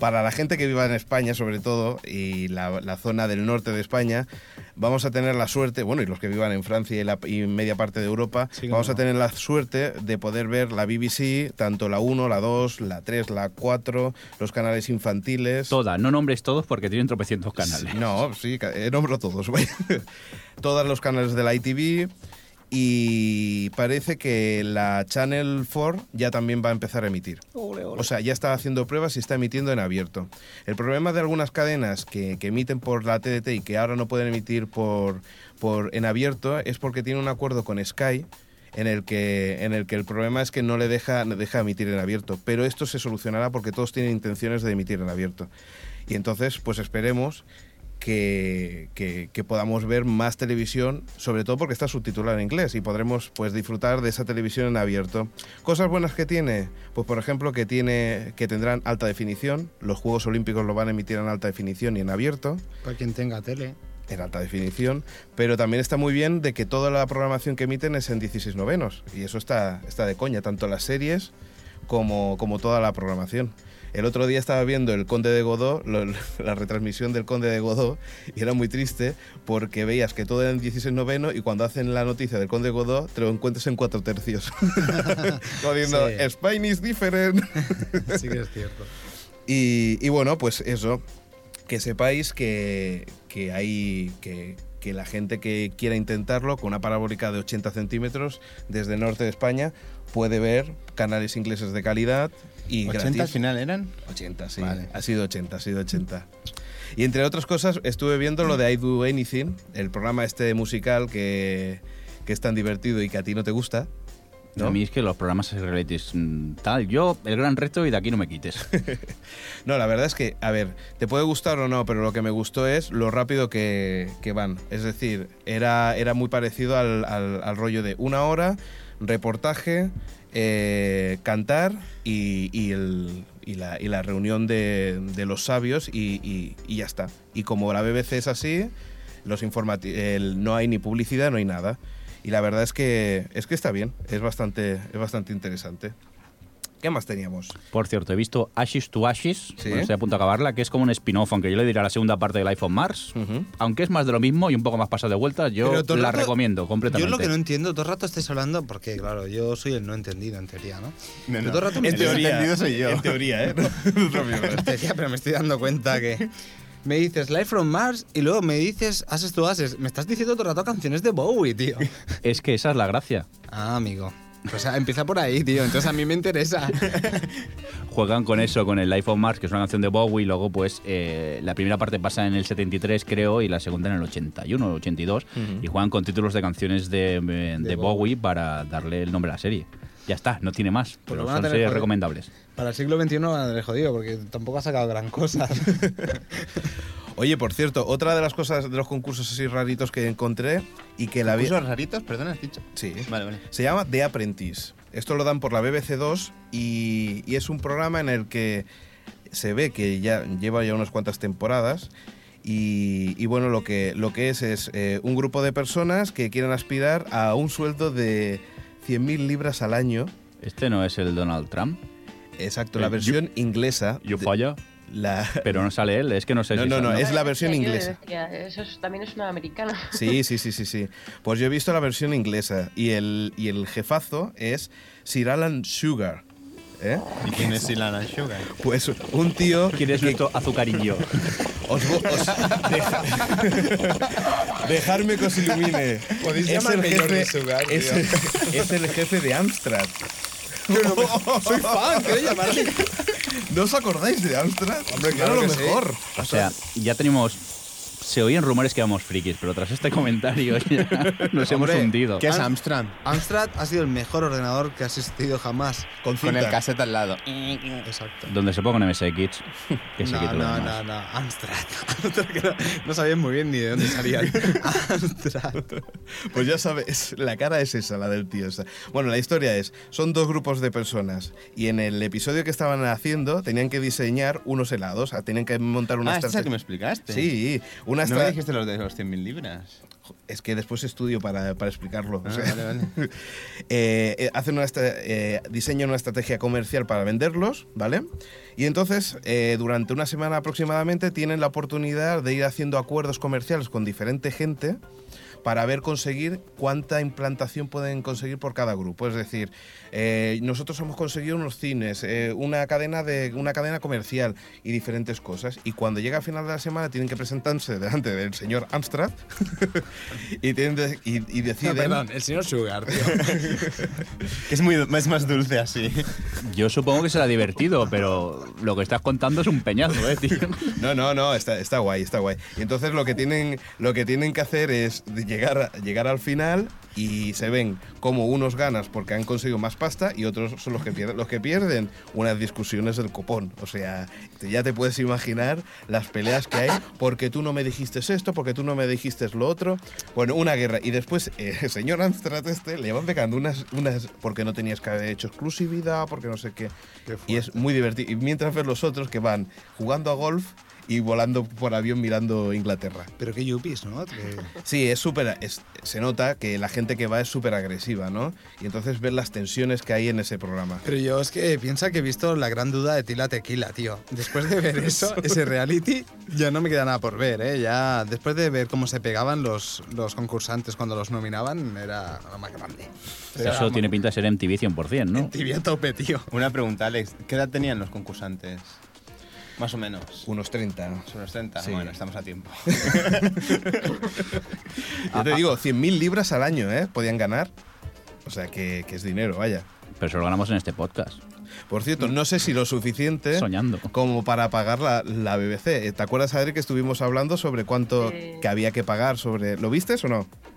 Para la gente que viva en España, sobre todo, y la, la zona del norte de España, vamos a tener la suerte, bueno, y los que vivan en Francia y, la- y media parte de Europa, Sí, vamos cómo a no. tener la suerte de poder ver la BBC, tanto la 1, la 2, la 3, la 4, los canales infantiles. Toda, no nombres todos porque tienen tropecientos canales. No, sí, ca- eh, nombro todos. vaya. Todos los canales de la ITV. Y parece que la Channel 4 ya también va a empezar a emitir. O sea, ya está haciendo pruebas y está emitiendo en abierto. El problema de algunas cadenas que, que emiten por la TDT y que ahora no pueden emitir por, por en abierto es porque tienen un acuerdo con Sky en el que en el que el problema es que no le deja, no deja emitir en abierto. Pero esto se solucionará porque todos tienen intenciones de emitir en abierto. Y entonces, pues esperemos que, que- que podamos ver más televisión, sobre todo porque está subtitulada en inglés y podremos pues disfrutar de esa televisión en abierto. Cosas buenas que tiene, pues por ejemplo que tiene que tendrán alta definición, los Juegos Olímpicos lo van a emitir en alta definición y en abierto Pues, Para quien tenga tele. en alta definición, pero también está muy bien de que toda la programación que emiten es en 16 novenos, y eso está, está de coña, tanto las series como, como toda la programación. El otro día estaba viendo El Conde de Godó, lo- la retransmisión del Conde de Godó, y era muy triste porque veías que todo era en 16 noveno y cuando hacen la noticia del Conde de Godó te lo encuentras en cuatro tercios. Como diciendo, Sí. Spain is different. Sí que es cierto. Y, y bueno, pues eso, que sepáis que, que hay que, que la gente que quiera intentarlo con una parabólica de 80 centímetros desde el norte de España puede ver canales ingleses de calidad y 80 al gratis. final eran. 80, sí. Vale. Ha sido 80, ha sido 80. Y entre otras cosas, estuve viendo lo de I Do Anything, el programa este musical que, que es tan divertido y que a ti no te gusta. ¿no? A mí es que los programas de realities mm, tal, yo el gran reto y de aquí no me quites. No, la verdad es que, a ver, te puede gustar o no, pero lo que me gustó es lo rápido que, que van. Es decir, era, era muy parecido al, al- al rollo de una hora, reportaje, eh, cantar y, y el- y la, y la reunión de, de los sabios y, y- y ya está. Y como la BBC es así, los informati- el- no hay ni publicidad, no hay nada. Y la verdad es que, es que está bien, es bastante, es bastante interesante. ¿Qué más teníamos? Por cierto, he visto Ashes to Ashes, Sí. bueno, estoy a punto de acabarla, que es como un spin-off, aunque yo le diré la segunda parte del iPhone Mars. Ujú. Aunque es más de lo mismo y un poco más pasado de vuelta, yo Pero todo el la rato- recomiendo completamente. Yo lo que no entiendo, todo el rato estáis hablando, porque claro, yo soy el no entendido en teoría, ¿no? No, Pero no. todo el rato me En estáis- teoría. Entendido soy yo. En teoría, ¿eh? en teoría, pero me estoy dando cuenta que me dices Life from Mars y luego me dices Haces tu Haces. Me estás diciendo todo el rato canciones de Bowie, tío. Es que esa es la gracia. Ah, amigo. O sea, empieza por ahí, tío. Entonces a mí me interesa. Juegan con eso, con el iPhone Mars, que es una canción de Bowie, y luego pues eh, la primera parte pasa en el 73 creo y la segunda en el 81 o 82, y juegan con títulos de canciones de, eh, de Bowie para darle el nombre a la serie. Ya está, no tiene más, Pues lo pero van a son tener series por- recomendables. Para el siglo XXI van a tener jodido, porque tampoco ha sacado gran cosa. Oye, por cierto, otra de las cosas de los concursos así raritos que encontré y que la vi... ¿Concursos raritos? Perdona, has dicho. Sí. Vale, vale. Se llama The Apprentice. Esto lo dan por la BBC2 y, y es un programa en el que se ve que ya lleva ya unas cuantas temporadas. Y, y bueno, lo que, lo que es es eh, un grupo de personas que quieren aspirar a un sueldo de 100.000 libras al año. Este no es el Donald Trump, Exacto, la Eh, versión inglesa. yo de- falla, La, pero no sale él, es que no sé No, si no, sale, no, es la versión Yo le inglesa. decía, Eso es- también es una americana. Sí, sí, sí, sí, sí. Pues yo he visto la versión inglesa y el, y el jefazo es Sir Alan Sugar. ¿eh? ¿Y quién es Silana Sugar? Pues un tío... ¿Quién es nuestro azucarillo? Os, vo- os- deja- dejarme que os ilumine. Podéis llamarme Jordi Sugar, tío. es, es el jefe de Amstrad. Soy fan, quiero llamarle. ¿No os acordáis de Amstrad? Hombre, claro lo que sí. mejor. O sea, ya tenemos... Se oían rumores que éramos frikis, pero tras este comentario ya nos hemos Hombre, hundido. ¿Qué es Amstrad? Amstrad ha sido el mejor ordenador que ha existido jamás. Con Con cinta. el cassette al lado. Exacto. Donde se pongan MSX, que se no, quite lo no, no, demás. no, Amstrad. Amstrad, que no, no sabían muy bien ni de dónde salían. Amstrad. Pues ya sabes, la cara es esa, la del tío. esa. Bueno, la historia es, son dos grupos de personas y en el episodio que estaban haciendo tenían que diseñar unos helados, ah, tenían que montar una Ah, esta es la estarte- que me explicaste. Sí, una No me estra- dijiste los de los 100.000 libras. Es que después estudio para, para explicarlo. o Ah, sea. vale, vale. Eh, eh, hacen una estra- eh, diseñan una estrategia comercial para venderlos, ¿vale? Y entonces, eh, durante una semana aproximadamente, tienen la oportunidad de ir haciendo acuerdos comerciales con diferente gente para ver conseguir cuánta implantación pueden conseguir por cada grupo. Es decir, eh, nosotros hemos conseguido unos cines, eh, una, cadena de, una cadena comercial y diferentes cosas. Y cuando llega al final de la semana tienen que presentarse delante del señor Amstrad y, tienen de- y, y deciden... Perdón, el señor Sugar, tío. Que es, muy, es más dulce así. Yo supongo que será divertido, pero lo que estás contando es un peñazo, ¿eh, tío? No, no, no, está, está guay, está guay. Y entonces lo que tienen, lo que, tienen que hacer es de llegar, a- llegar al final y se ven como unos ganas porque han conseguido más pasta y otros son los que pierden. Los que pierden, unas discusiones del copón. O sea, te- ya te puedes imaginar las peleas que hay porque tú no me dijiste esto, porque tú no me dijiste lo otro. Bueno, una guerra. Y después, eh, el señor Amstrad este le van pegando unas, unas porque no tenías que haber hecho exclusividad, porque no sé qué. Y es muy divertido. Y mientras ves los otros que van jugando a golf y volando por avión mirando Inglaterra. Pero qué yuppies, ¿no? Que- Sí, es súper. es- Se nota que la gente que va es súper agresiva, ¿no? Y entonces ves las tensiones que hay en ese programa. Pero yo es que piensa que he visto la gran duda de Tila Tequila, tío. Después de ver eso, ese reality, ya no me queda nada por ver, ¿eh? Ya después de ver cómo se pegaban los, los concursantes cuando los nominaban, era lo más grande. Eso tiene pinta de ser MTV 100%, ¿no? Tibia tope, tío. Una pregunta, Alex. ¿Qué edad tenían los concursantes? Más o menos. Unos 30. ¿no? Sobre los 30. Sí. Bueno, estamos a tiempo. Yo te digo, 100.000 libras al año, ¿eh? Podían ganar. O sea, que, que es dinero, vaya. Pero eso lo ganamos en este podcast. Por cierto, no sé si lo suficiente Soñando. como para pagar la, la BBC. ¿Te acuerdas, Adri, que estuvimos hablando sobre cuánto Sí. que había que pagar? sobre ¿Lo vistes o no?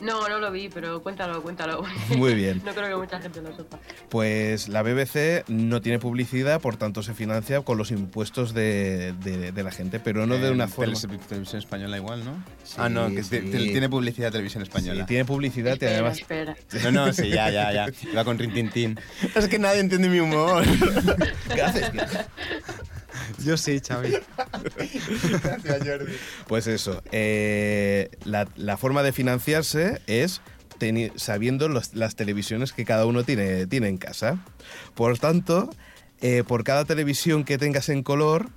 No, no lo vi, pero cuéntalo, cuéntalo. Muy bien. No creo que mucha gente lo sepa. Pues la BBC no tiene publicidad, por tanto se financia con los impuestos de, de- de la gente, pero no de Eh, una forma. Tele- Televisión española igual, ¿no? Sí, ah, no, que te- sí. te- tiene publicidad televisión Sí, española. tiene publicidad y espera, además. eh, espera. No, no, sí, ya, ya, ya. Iba con Rintintín. Es que nadie entiende mi humor. ¿Qué haces? Yo sí, Xavi. Pues eso. eh, la, la forma de financiarse es teni- sabiendo los- las televisiones que cada uno tiene, tiene en casa. Por tanto, eh, por cada televisión que tengas en color,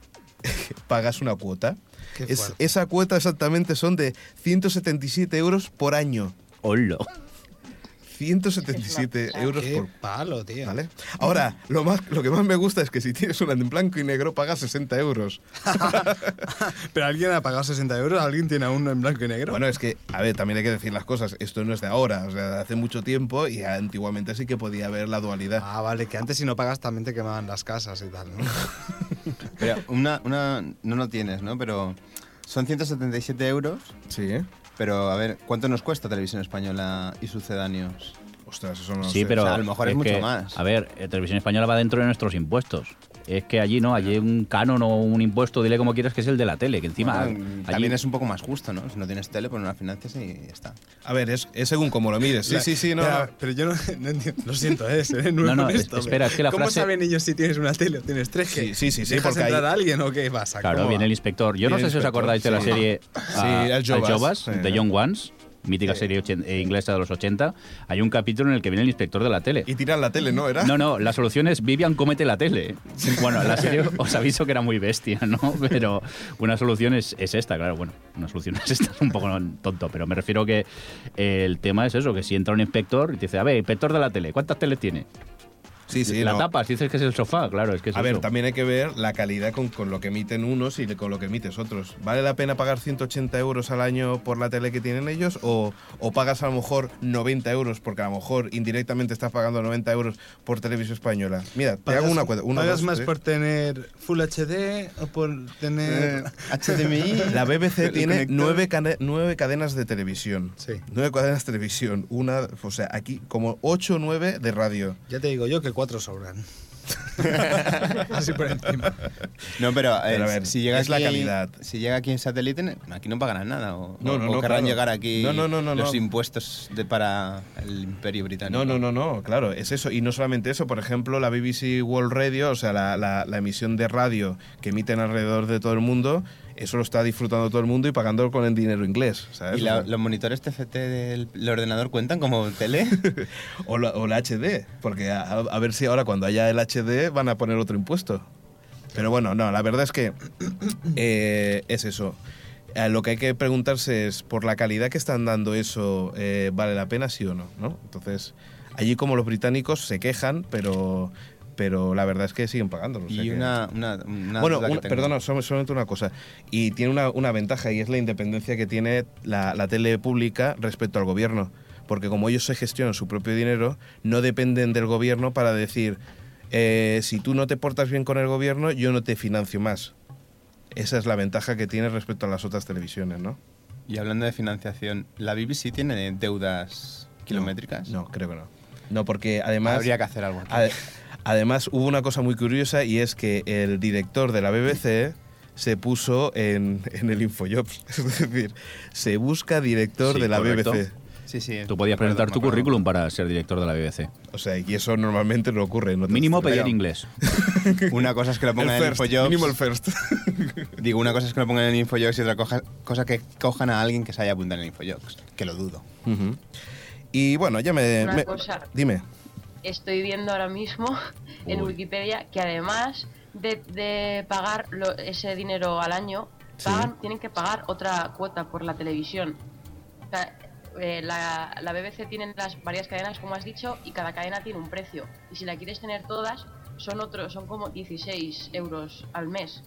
pagas una cuota. Qué Es- fuerte. esa cuota exactamente son de 177 euros por año. Holo. 177 Es una euros Qué por palo, tío. ¿Vale? Ahora, lo, más, lo que más me gusta es que si tienes una en blanco y negro pagas 60 euros. Pero alguien ha pagado 60 euros, alguien tiene uno en blanco y negro. Bueno, es que, a ver, también hay que decir las cosas. Esto no es de ahora, o sea, de hace mucho tiempo y antiguamente sí que podía haber la dualidad. Ah, vale, que antes si no pagas también te quemaban las casas y tal, ¿no? Pero una, una no lo tienes, ¿no? Pero son 177 euros. Sí, ¿eh? Pero a ver, ¿cuánto nos cuesta Televisión Española y sucedáneos? Ostras, eso no lo Sí, sé. pero. o sea, a lo mejor es mucho que, más. A ver, eh, Televisión Española va dentro de nuestros impuestos. Es que allí no, allí hay un canon o un impuesto, dile como quieras, que es el de la tele, que encima. Bueno, allí- también es un poco más justo, ¿no? Si no tienes tele, pues no la financias y ya está. A ver, es, es según como lo mires. Sí, La- sí, sí, no. Pero, no. pero yo no, no entiendo. Lo siento, eh, seré No, nuevo no, en esto, es- pero espera, es que la ¿Cómo frase- saben ellos si tienes una tele o tienes tres? Sí, que sí, sí, sí, ¿Dejas porque hay- entrar a alguien o qué pasa? Claro, ¿Cómo viene va? el inspector. Yo no Viene sé el si os inspector, acordáis de la sí. serie ah, Al Jovas, sí. de John Wans, mítica serie ochen- eh, inglesa de los 80. Hay un capítulo en el que viene el inspector de la tele. Y tirar la tele, ¿no? ¿Era? No, no, la solución es Vivian, cómete la tele. Bueno, la serie os aviso que era muy bestia, ¿no? Pero una solución es, es esta, claro, bueno, una solución es esta, es un poco tonto, pero me refiero que eh, el tema es eso, que si entra un inspector y te dice, a ver, inspector de la tele, ¿cuántas teles tiene? Sí, sí, la no. tapas, dices que es el sofá, claro, es que es A ver, eso. también hay que ver la calidad con, con lo que emiten unos y con lo que emites otros. ¿Vale la pena pagar 180 euros al año por la tele que tienen ellos? ¿O, o pagas a lo mejor 90 euros? Porque a lo mejor indirectamente estás pagando 90 euros por televisión española. Mira, te hago una cuenta. Una, ¿Pagas dos, más tres. por tener Full HD o por Eh, tener. HDMI. La BBC el tiene conector. nueve, cade- nueve cadenas de televisión. Sí. Nueve cadenas de televisión. Una, o sea, aquí como ocho o nueve de radio. Ya te digo yo que cuatro sobran. Así por encima. No, pero, a ver, Pero a ver, si llega es la aquí- calidad. Si llega aquí en satélite, no- aquí no pagarán nada. O, No, o- no, o no, querrán claro. llegar aquí No, no, no, no, los no. impuestos de, para el imperio británico. No, no, no, no, claro, es eso. Y no solamente eso, por ejemplo, la BBC World Radio, o sea, la, la- la emisión de radio que emiten alrededor de todo el mundo, eso lo está disfrutando todo el mundo y pagándolo con el dinero inglés, ¿sabes? ¿Y la- O sea, los monitores TFT del el ordenador cuentan como tele? o, la, o la HD, porque a, a- a ver si ahora cuando haya el HD van a poner otro impuesto. Pero bueno, no, la verdad es que eh, es eso. Eh, lo que hay que preguntarse es, por la calidad que están dando eso, eh, ¿vale la pena sí o no? ¿no? Entonces, allí como los británicos se quejan, pero, pero la verdad es que siguen pagándolo. o sea y que- una, una, una bueno, duda que una- tengo. perdona, solo- solamente una cosa. Y tiene una, una ventaja y es la independencia que tiene la, la tele pública respecto al gobierno. Porque como ellos se gestionan su propio dinero, no dependen del gobierno para decir, eh, si tú no te portas bien con el gobierno, yo no te financio más. Esa es la ventaja que tiene respecto a las otras televisiones, ¿no? Y hablando de financiación, ¿la BBC tiene deudas kilométricas? No, creo que no. No, porque además... Habría que hacer algo. aquí. Ade- Además, hubo una cosa muy curiosa y es que el director de la BBC se puso en, en el Infojobs. Es decir, se busca director Sí, de la correcto. BBC. Sí, sí. Tú podías me acuerdo, presentar tu me acuerdo. currículum para ser director de la BBC. O sea, y eso normalmente no ocurre. en otras- Mínimo pedir pero- inglés. Una cosa es que lo El pongan en el first, InfoJobs. mínimo el first. Digo, una cosa es que lo pongan en el InfoJobs y otra cosa, cosa que cojan a alguien que se haya apuntado en el InfoJobs. Que lo dudo. Ujú. Y bueno, ya me... Una me- cosa. Dime. estoy viendo ahora mismo en Uy. Wikipedia que además de, de pagar lo- ese dinero al año, Sí. pagan, tienen que pagar otra cuota por la televisión. O sea, eh, la, la BBC tiene las varias cadenas, como has dicho, y cada cadena tiene un precio. Y si la quieres tener todas, son otros, son como 16 euros al mes,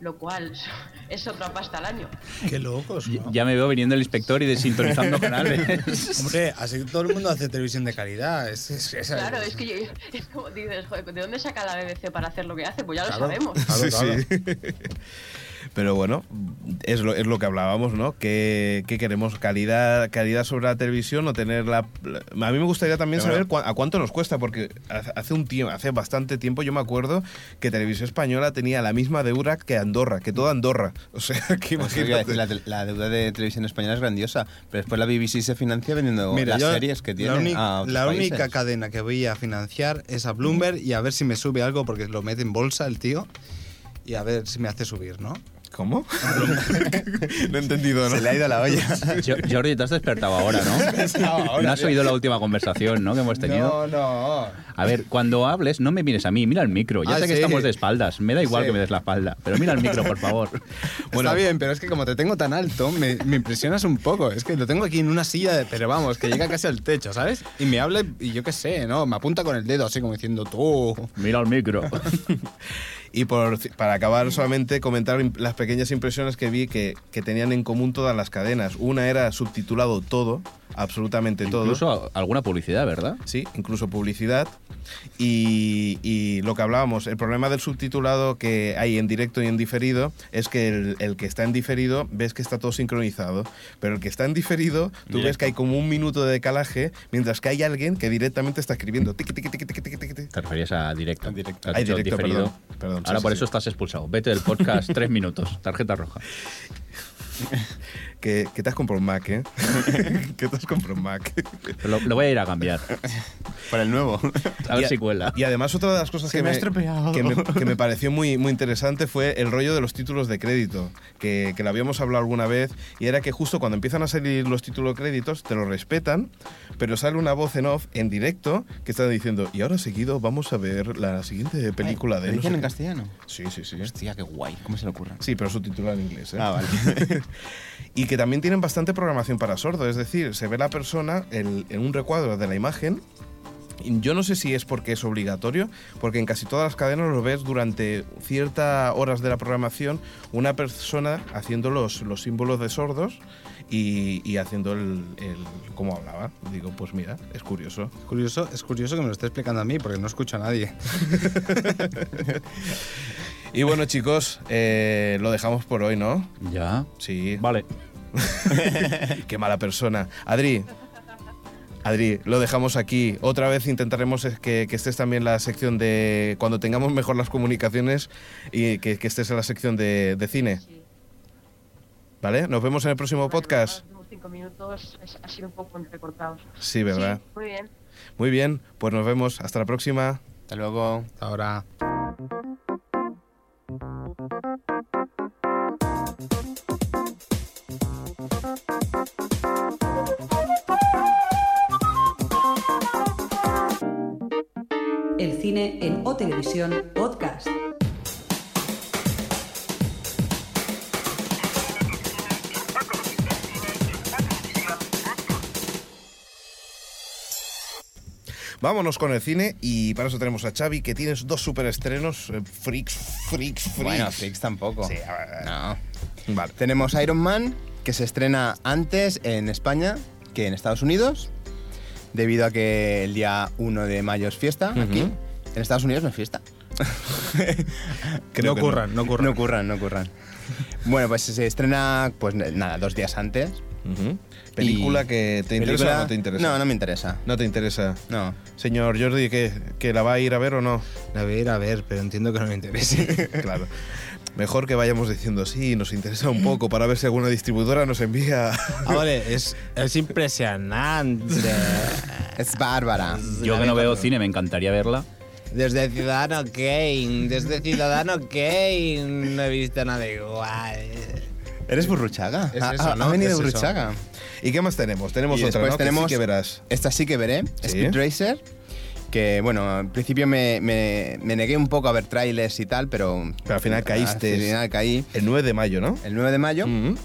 lo cual es otra pasta al año. Qué locos, Ya- ¿no? Ya me veo viniendo el inspector y desintonizando canales. Hombre, así todo el mundo hace televisión de calidad. Es, es- es- Claro, es que yo, es como dices, joder, ¿de dónde saca la BBC para hacer lo que hace? Pues ya Claro. lo sabemos. Claro, claro. Pero bueno, es lo, es lo que hablábamos, ¿no? ¿Qué, qué queremos? ¿Calidad, ¿Calidad sobre la televisión o tener la...? la- A mí me gustaría también Pero saber cua- a cuánto nos cuesta, porque hace hace un tiempo, hace bastante tiempo yo me acuerdo que Televisión Española tenía la misma deuda que Andorra, que toda Andorra. O sea, que Pues iba a imagínate. decir, la, la deuda de televisión española es grandiosa, pero después la BBC se financia vendiendo Mira, las yo- series que tiene La, uni- a otros la única países. cadena que voy a financiar es a Bloomberg y a ver si me sube algo porque lo mete en bolsa el tío y a ver si me hace subir, ¿no? ¿Cómo? no he entendido, ¿no? Se le ha ido la olla. Jo- Jordi, te has despertado ahora, ¿no? No has oído la última conversación, ¿no? Que hemos tenido. No, no. A ver, cuando hables, no me mires a mí, mira el micro. Ya Ah, sé que sí. estamos de espaldas, me da igual Sí. que me des la espalda, pero mira el micro, por favor. Está bien, pero es que como te tengo tan alto, me, me impresionas un poco. Es que lo tengo aquí en una silla, de- pero vamos, que llega casi al techo, ¿sabes? Y me habla y yo qué sé, ¿no? Me apunta con el dedo así como diciendo tú. Mira el micro. Y por, ci- para acabar, solamente comentar im- las pequeñas impresiones que vi que, que tenían en común todas las cadenas. Una era subtitulado todo, absolutamente todo. Incluso a- alguna publicidad, ¿verdad? Sí, incluso publicidad. Y, y lo que hablábamos, el problema del subtitulado que hay en directo y en diferido es que el, el que está en diferido ves que está todo sincronizado, pero el que está en diferido tú ves que hay como un minuto de decalaje, mientras que hay alguien que directamente está escribiendo. tiqui, tiqui, tiqui, tiqui, tiqui, tiqui, tiqui. Te referías a directo. directo. Ay, directo, perdón, perdón, sí, Ahora sí, por sí. eso estás expulsado. Vete del podcast tres minutos. Tarjeta roja. Que, que te has comprado un Mac, ¿eh? que te has comprado un Mac. Lo, lo voy a ir a cambiar. Para el nuevo. A ver Y a- si cuela. Y además otra de las cosas Se que, me ha me, estropeado. que me- que me pareció muy, muy interesante fue el rollo de los títulos de crédito, que, que lo habíamos hablado alguna vez, y era que justo cuando empiezan a salir los títulos de créditos, te lo respetan, pero sale una voz en off, en directo, que está diciendo, y ahora seguido vamos a ver la siguiente película de... ¿Lo no sé dicen en qué". castellano? Sí, sí, sí. Hostia, qué guay. ¿Cómo se le ocurra? Sí, pero subtitulado en inglés. ¿eh? Ah, vale. y que también tienen bastante programación para sordo, es decir, se ve la persona el- en un recuadro de la imagen. Y Yo no sé si es porque es obligatorio, porque en casi todas las cadenas lo ves durante ciertas horas de la programación una persona haciendo los, los símbolos de sordos y, y haciendo el, el cómo hablaba. Digo, pues mira, es curioso. Curioso, es curioso que me lo esté explicando a mí porque no escucho a nadie. Y bueno chicos, eh, lo dejamos por hoy, ¿no? Ya. Sí. Vale. Qué mala persona. Adri. Adri, lo dejamos aquí. Otra vez intentaremos es que, que estés también en la sección de. Cuando tengamos mejor las comunicaciones y que, que estés en la sección de, de cine. ¿Vale? Nos vemos en el próximo Los podcast. últimos cinco minutos es- ha sido un poco entrecortados. Sí, ¿verdad? Sí, muy bien. Muy bien, pues nos vemos. Hasta la próxima. Hasta luego. Ahora. El cine en O Televisión Podcast. Vámonos con el cine y para eso tenemos a Xavi, que tienes dos superestrenos. eh, Freaks, freaks, freaks. Bueno, Fix tampoco. Sí, ah, No. Vale. Tenemos Iron Man, que se estrena antes en España que en Estados Unidos, debido a que el día 1 de mayo es fiesta aquí. En Estados Unidos no es fiesta. Creo no que ocurran, no, ocurran. No ocurran, no ocurran. bueno, pues se estrena, pues nada, dos días antes. Ujú. Película Y- que te interesa Película- o no te interesa. No, no me interesa. No te interesa. No. Señor Jordi, ¿que, ¿que la va a ir a ver o no? A ver, a ver, pero entiendo que no me interese. Claro. Mejor que vayamos diciendo sí, nos interesa un poco para ver si alguna distribuidora nos envía. Ahora, Ah, es, es impresionante. Es bárbara. Yo que no veo cine, me encantaría verla. Desde Ciudadano Kane, desde Ciudadano Kane, no he visto nada igual. ¿Eres Burruchaga? Es Ha- eso, ha- ha, ¿no? venido Es eso. Burruchaga. ¿Y qué más tenemos? Tenemos Y otra, después ¿no? Que sí tenemos- que verás. Esta sí que veré, Sí. Speed Racer, que bueno, al principio me, me- me negué un poco a ver trailers y tal, pero... Pero al final caíste. Al final caí El 9 de mayo, ¿no? el 9 de mayo. Mm.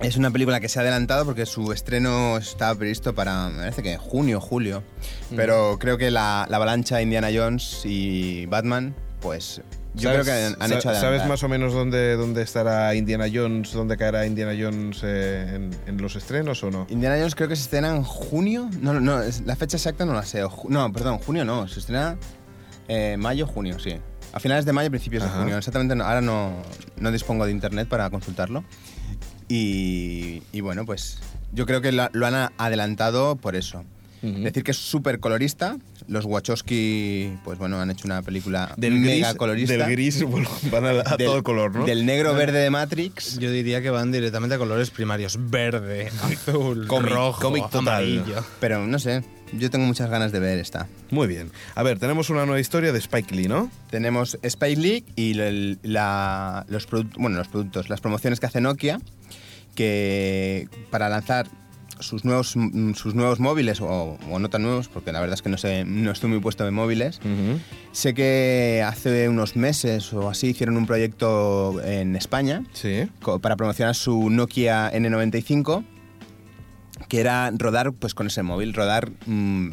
Es una película que se ha adelantado porque su estreno estaba previsto para, me parece que junio, julio. Mm. Pero creo que la, la avalancha Indiana Jones y Batman, pues yo creo Mm-hmm. ¿Sabes- que han, han sa- hecho adelantar. ¿Sabes más o menos dónde, dónde estará Indiana Jones, dónde caerá Indiana Jones eh, en, en los estrenos o no? Indiana Jones creo que se estrena en junio. No, no, es- la fecha exacta no la sé. o ju- No, perdón, junio no. Se estrena eh, mayo, junio, sí. A finales de mayo, principios Ajá. de junio. Exactamente, no- ahora no, no dispongo de internet para consultarlo. Y, y bueno, pues yo creo que la- lo han a- adelantado por eso. Decir que es súper colorista. Los Wachowski, pues bueno, han hecho una película mega colorista. Del gris van a, a Del- todo color, ¿no? Del negro verde de Matrix. Yo diría que van directamente a colores primarios: verde, azul, Cómic, rojo, cómic total. amarillo. Pero no sé, Yo tengo muchas ganas de ver esta. Muy bien. A ver, tenemos una nueva historia de Spike Lee, ¿no? Tenemos Spike League y el- la- los, product- bueno, los productos, las promociones que hace Nokia, que para lanzar sus nuevos, mm, sus nuevos móviles, o, o no tan nuevos, porque la verdad es que no, sé, no estoy muy puesto de móviles, sé que hace unos meses o así hicieron un proyecto en España Sí. co- para promocionar su Nokia N95, que era rodar pues con ese móvil, rodar... mm,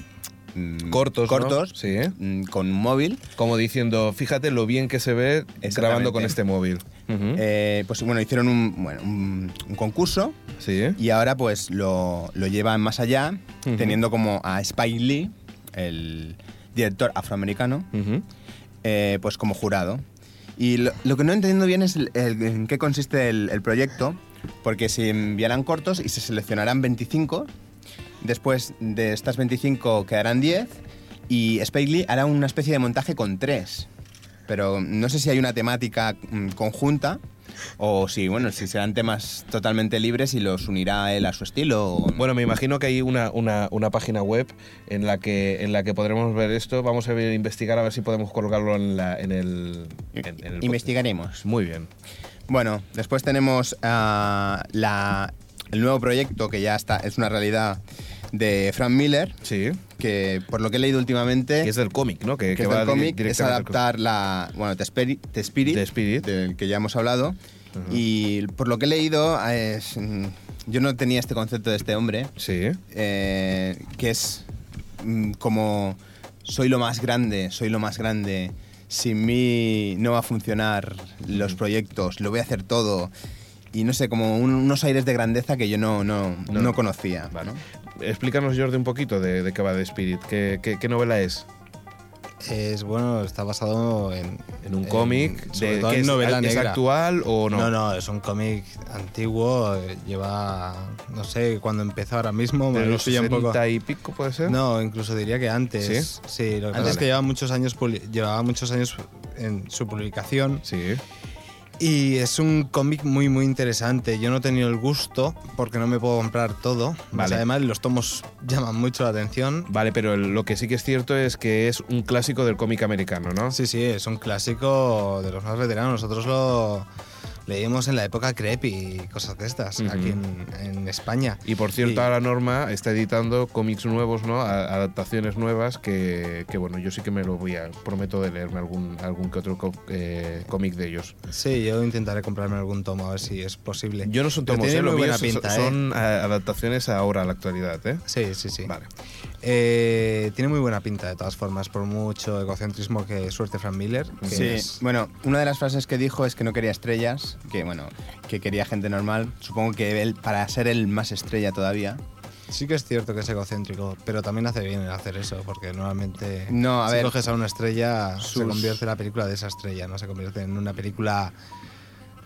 mm, Cortos, ¿no? cortos Sí, ¿eh? mm, con un móvil Como diciendo, fíjate lo bien que se ve grabando con este móvil. Ujú. Eh, pues bueno, hicieron un, bueno, un- un concurso sí. ¿eh? y ahora pues lo, lo llevan más allá, Ujú. teniendo como a Spike Lee, el director afroamericano, Ujú. eh, pues como jurado. Y lo, lo que no entiendo bien es el- el- en qué consiste el, el proyecto, porque se enviarán cortos y se seleccionarán 25, después de estas 25 quedarán 10 y Spike Lee hará una especie de montaje con tres. Pero no sé si hay una temática mm, conjunta o si, bueno, si serán temas totalmente libres y los unirá él a su estilo. o- Bueno, me imagino que hay una, una- una página web en la que en la que podremos ver esto. Vamos a ver- investigar a ver si podemos colgarlo en, la, en el. en- en el- investigaremos. Muy bien. Bueno, después tenemos ah, la- el nuevo proyecto que ya está, es una realidad de Frank Miller, ¿Eh? Sí. que por lo que he leído últimamente, Que es del cómic, ¿no? Que, que que es va del di- cómic, es directamente al cómic. adaptar la, bueno, The Spirit, The Spirit, The Spirit. del que ya hemos hablado, y por lo que he leído, es- mm, yo no tenía este concepto de este hombre, Sí. eh, que es mm, como soy lo más grande, soy lo más grande, sin mí no va a funcionar los proyectos, lo voy a hacer todo. Y no sé, como un- unos aires de grandeza que yo no, no, No. no conocía. Vale. ¿no? Explícanos, Jordi, un poquito de, de qué va The Spirit. ¿Qué, qué- qué novela es? Es bueno, está basado en, ¿En un cómic? Eh, sobre de- todo que en es, novela ¿es negra. actual o no? No, no, es un cómic antiguo, eh, lleva, no sé, cuando empezó ahora mismo, ¿De me lo los pilla un poco. 60 y pico puede ser? No, incluso diría que antes. ¿Sí? Sí, lo que Vale. pasa es que lleva muchos años, publi- llevaba muchos años en su publicación Sí. y es un cómic muy, muy interesante. Yo no he tenido el gusto porque no me puedo comprar todo. Más Vale. además, los tomos llaman mucho la atención. Vale, pero el- lo que sí que es cierto es que es un clásico del cómic americano, ¿no? Sí, sí, es un clásico de los más veteranos. Nosotros lo leímos en la época creepy y cosas de estas, Ujú. aquí en, en España. Y por cierto, Y- ahora Norma está editando cómics nuevos, ¿no? A- adaptaciones nuevas que, que, bueno, yo sí que me lo voy a. Prometo de leerme algún, algún que otro co- eh, cómic de ellos. Sí, yo intentaré comprarme algún tomo, a ver si es posible. Yo no son Pero tomos, tiene ¿eh? Lo muy mío buena son- pinta, ¿eh? son a- adaptaciones ahora, a la actualidad, ¿eh? Sí, sí, sí. Vale. Eh, tiene muy buena pinta, de todas formas, por mucho egocentrismo que suerte Frank Miller. que Sí, es- bueno, una de las frases que dijo es que no quería estrellas, que bueno, que quería gente normal. Supongo que él, para ser el más estrella todavía. sí que es cierto que es egocéntrico, pero también hace bien en hacer eso, porque normalmente No, a si ver, coges a una estrella, se sus- convierte la película de esa estrella, no se convierte en una película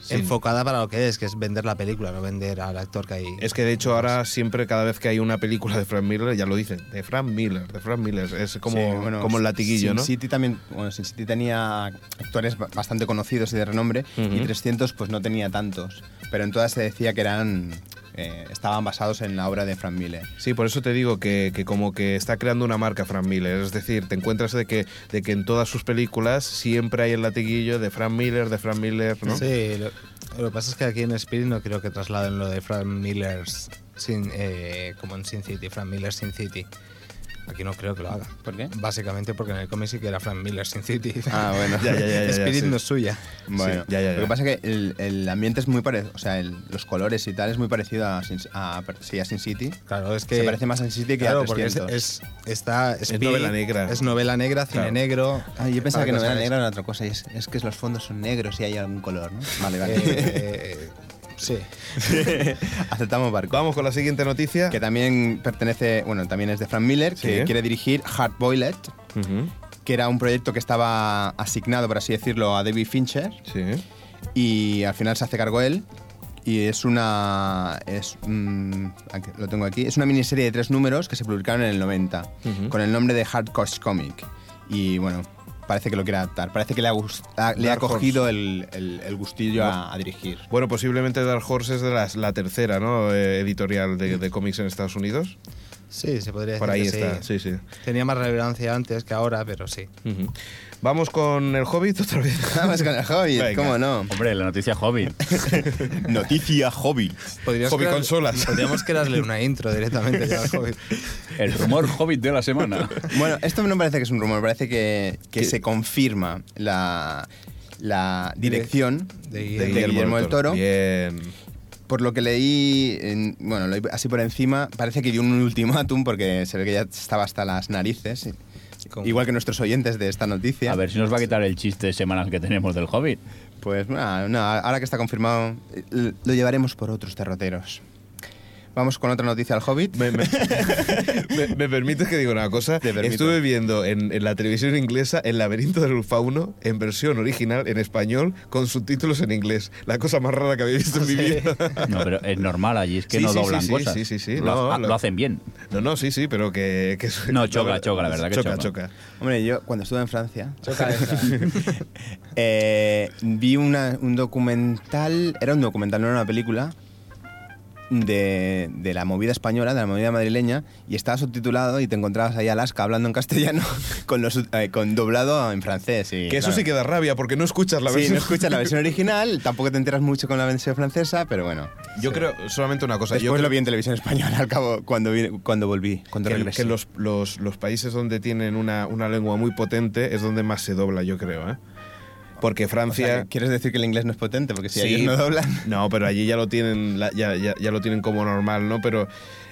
Sí. enfocada para lo que es, que es vender la película, no vender al actor que hay. Es que de hecho ahora siempre cada vez que hay una película de Frank Miller ya lo dicen, de Frank Miller, de Frank Miller, es como, Sí, bueno, como el latiguillo, Sin ¿no? City también, bueno, Sin City tenía actores ba- bastante conocidos y de renombre, y Ujú. 300 pues no tenía tantos, pero en todas se decía que eran, eh, estaban basados en la obra de Frank Miller. Sí, por eso te digo que, que como que está creando una marca Frank Miller, es decir, te encuentras de que, de que en todas sus películas siempre hay el latiguillo de Frank Miller, de Frank Miller, ¿no? Sí, lo, lo que pasa es que aquí en Spirit no creo que trasladen lo de Frank Miller's sin, eh, como en Sin City, Frank Miller Sin City. Aquí no creo que lo haga. ¿Por qué? Básicamente porque en el cómic sí que era Frank Miller Sin City. Ah, bueno. Ya, ya, ya, ya, ya, Spirit sí. no es suya. Bueno, Sí, ya, ya, lo ya. que pasa es que el, el ambiente es muy parecido, o sea, el- los colores y tal es muy parecido a Sin, a- sí, a Sin City. Claro, es que. Se parece más a Sin City que claro, a porque es, 300. es- está Spirit, novela negra. Es novela negra, cine Claro. negro. Ah, yo para pensaba que no era cosas. negra era otra cosa, y es, es que los fondos son negros y hay algún color, ¿no? Vale, vale. Eh, sí. Aceptamos barco. Vamos con la siguiente noticia. que también pertenece, bueno, también es de Frank Miller, Sí. que quiere dirigir Hard Boiled, Ujú, que era un proyecto que estaba asignado, por así decirlo, a David Fincher, Sí. y al final se hace cargo él. Y es una. Es, mm, aquí- lo tengo aquí. Es una miniserie de tres números que se publicaron en el 90, Ujú. con el nombre de Hard Cost Comic. Y bueno, parece que lo quiere adaptar. Parece que le ha, gust- ha- le ha Dark Horse. cogido el, el- el gustillo a, a dirigir. Bueno, posiblemente Dark Horse es de las- la tercera ¿no? Eh, editorial de, de cómics en Estados Unidos. Sí, se podría decir. Por ahí que está, sí, sí. Tenía más relevancia antes que ahora, pero sí. Ujú. Vamos con el Hobbit otra vez. Vamos con el Hobbit, Venga. ¿cómo no? Hombre, la noticia Hobbit. Noticia Hobbit. Podrías Hobby crear- consolas. Podríamos crearle una intro directamente ya al Hobbit. El rumor Hobbit de la semana. Bueno, esto no parece que es un rumor, parece que, que se confirma la, la dirección de, Guillermo, del Toro. Bien. Por lo que leí, en- bueno, leí así por encima, parece que dio un ultimátum porque se ve que ya estaba hasta las narices. Con- Igual que nuestros oyentes de esta noticia. A ver si nos va a quitar el chiste semanal que tenemos del Hobbit. Pues nada, nada, ahora que está confirmado, eh, lo llevaremos por otros derroteros. Vamos con otra noticia al Hobbit. Me, me- me- me permites que diga una cosa? permito. Estuve viendo en, en la televisión inglesa El laberinto del fauno en versión original, en español, con subtítulos en inglés. La cosa más rara que había visto en mi vida. No, pero es normal allí, es que Sí, no sí, doblan sí, sí, cosas. sí, sí, sí. Lo, No, ha- lo- lo hacen bien. No, no, sí, sí, pero que... que es- No, choca, choca, la verdad que choca. choca. Choca, Hombre, yo cuando estuve en Francia eh, vi una- un documental, era un documental, no era una película, de, de la movida española, de la movida madrileña, y estaba subtitulado y te encontrabas ahí Alaska hablando en castellano con, los, eh, con doblado en francés. Y, Que eso claro. sí que da rabia, porque no escuchas la Sí, versión. no escuchas la versión original, tampoco te enteras mucho con la versión francesa, pero bueno. Yo creo solamente una cosa. yo Después creo lo vi en televisión española al cabo cuando, vi- cuando volví, cuando que, regresé. que los, los- los países donde tienen una, una lengua muy potente es donde más se dobla, yo creo, ¿eh? Porque O sea, Francia... ¿Quieres decir que el inglés no es potente? Porque si Sí. ellos no doblan... No, pero allí ya lo tienen, la- ya, ya- ya lo tienen como normal, ¿no? Pero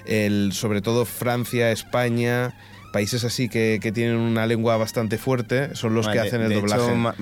el, sobre todo Francia, España, países así que, que tienen una lengua bastante fuerte, son los Vale, que hacen el de hecho, doblaje. ma-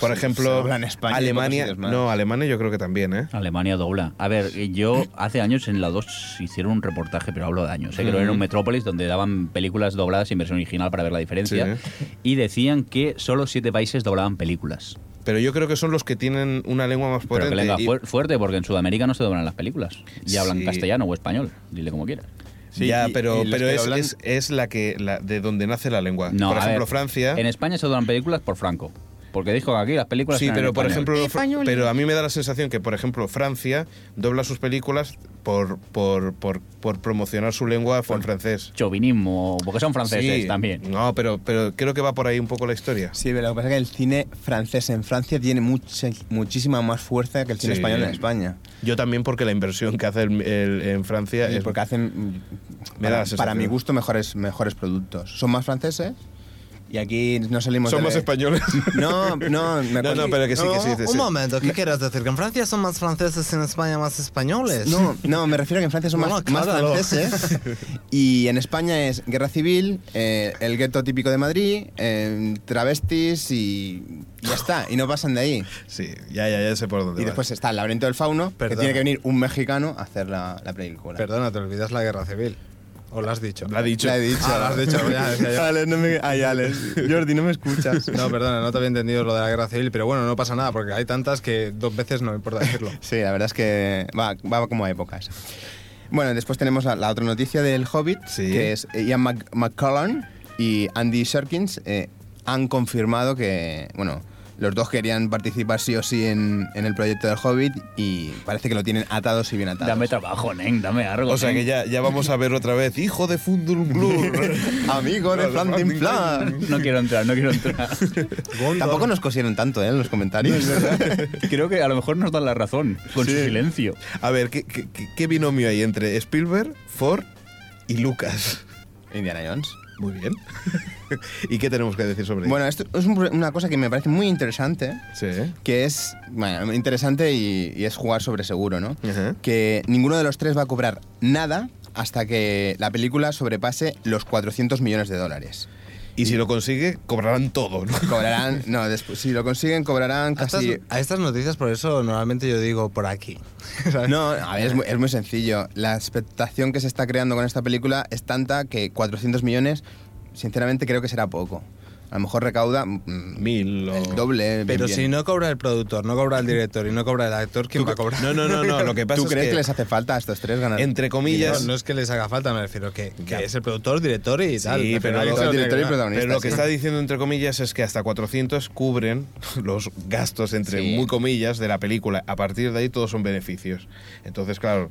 Por se- se ejemplo, dobla en España y Alemania. pocos sitios más. No, Alemania yo creo que también, ¿eh? Alemania dobla. A ver, yo hace años en la 2 hicieron un reportaje, pero hablo de años. ¿eh? Creo que Mm. era un Metrópolis donde daban películas dobladas en versión original para ver la diferencia. Y decían que solo siete países doblaban películas. Pero yo creo que son los que tienen una lengua más Pero que potente. lengua Pues y- fuer- fuerte, porque en Sudamérica no se doblan las películas. Y hablan Sí. castellano o español, dile como quieras. Sí, ya, y- pero, y los pero que es, hablan- es- es la que la, de donde nace la lengua. No, por a ejemplo, ver, Francia. En España se doblan películas por Franco. Porque dijo que aquí las películas. Sí, eran en pero por español. ejemplo, fr- pero a mí me da la sensación que, por ejemplo, Francia dobla sus películas por, por, por, por promocionar su lengua en francés. Chauvinismo, porque son franceses Sí. también. No, pero, pero creo que va por ahí un poco la historia. Sí, pero lo que pasa es que el cine francés en Francia tiene mucha, muchísima más fuerza que el cine Sí. español en España. Yo también porque la inversión que hace el- el- en Francia Y es... porque hacen, Me da la para, sensación. para mi gusto, mejores, mejores productos. Son más franceses y aquí no salimos son de- más españoles. No, no, me No, acuerdo- no, pero que sí, que sí. que sí. un momento, ¿qué quieres decir? ¿Que en Francia son más franceses y en España más españoles? No, no, me refiero a que en Francia son No, más, no, más cágalo. franceses y en España es guerra civil, eh, el gueto típico de Madrid, eh, travestis y y ya está, y no pasan de ahí. Sí, ya, ya, ya sé por dónde Y vas. después está el laberinto del fauno, que Perdona. tiene que venir un mexicano a hacer la, la película. Perdona, te olvidas la guerra civil. ¿O la has dicho? Lo ha dicho. La he dicho. Ah, la has dicho, ya, es que yo- Alex, no me- Ay, Alex. Jordi, no me escuchas. No, perdona, no te había entendido lo de la guerra civil, pero bueno, no pasa nada, porque hay tantas que dos veces no me importa decirlo. Sí, la verdad es que va, va como a épocas. Bueno, después tenemos la, la otra noticia del Hobbit, Sí. que es Ian Mac- McCullen y Andy Serkins eh, han confirmado que, bueno, los dos querían participar sí o sí en, en el proyecto del Hobbit y parece que lo tienen atados y bien atados. Dame trabajo, Nen, dame algo. O sea nen. que ya, ya vamos a ver otra vez, hijo de Fundulum Blur. Amigo de Flandin Flan. No quiero entrar, no quiero entrar. Tampoco nos cosieron tanto ¿eh? en los comentarios. Creo que a lo mejor nos dan la razón con su silencio. A ver, ¿qué, qué, qué- qué binomio hay entre Spielberg, Ford y Lucas? Indiana Jones. Muy bien. ¿Y qué tenemos que decir sobre Bueno, esto es un pro- una cosa que me parece muy interesante. ello? Sí, ¿eh? que es bueno, interesante y, y es jugar sobre seguro, ¿no? Ajá. Que ninguno de los tres va a cobrar nada hasta que la película sobrepase los 400 millones de dólares. Y si lo consigue, cobrarán todo, ¿no? Cobrarán, no, despu- si lo consiguen, cobrarán A estas, casi... a estas noticias, por eso normalmente yo digo por aquí. ¿sabes? No, a ver, es muy, es muy sencillo. La expectación que se está creando con esta película es tanta que 400 millones, sinceramente, creo que será poco. A lo mejor recauda mm, Mil o... el doble. bien, Pero bien. si no cobra el productor, no cobra el director y no cobra el actor, ¿quién va a cobrar? No, no, no, no, lo que pasa ¿Tú es crees que... les hace falta a estos tres ganar? entre No, comillas... no es que les haga falta, me refiero que, que Ya. es el productor, director y tal. Sí, Al pero final lo- eso el tiene director y que ver. protagonista. Pero lo que sí. está diciendo entre comillas es que hasta 400 cubren los gastos entre Sí. muy comillas de la película. A partir de ahí todos son beneficios. Entonces, claro,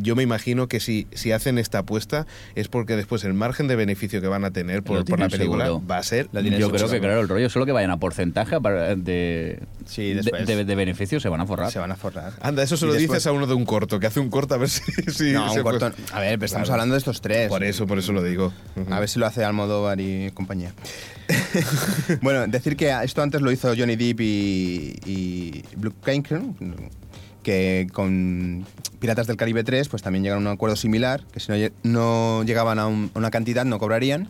Yo me imagino que si, si hacen esta apuesta es porque después el margen de beneficio que van a tener por, Lo por la tienen película seguro. va a ser... Yo creo que, claro, el rollo solo que vayan a porcentaje para- de, Sí, de, después. de- de beneficios se van a forrar. Se van a forrar. Anda, eso se Y lo después- dices a uno de un corto, que hace un corto a ver si... si No, se un puede- corto- A ver, pero estamos Claro. hablando de estos tres. Por eso, por eso lo digo. Ujú. A ver si lo hace Almodóvar y compañía. bueno, decir que esto antes lo hizo Johnny Depp y, y Luke Cackham, que con Piratas del Caribe 3 pues también llegaron a un acuerdo similar, que si no, lle- no llegaban a, un- a una cantidad no cobrarían.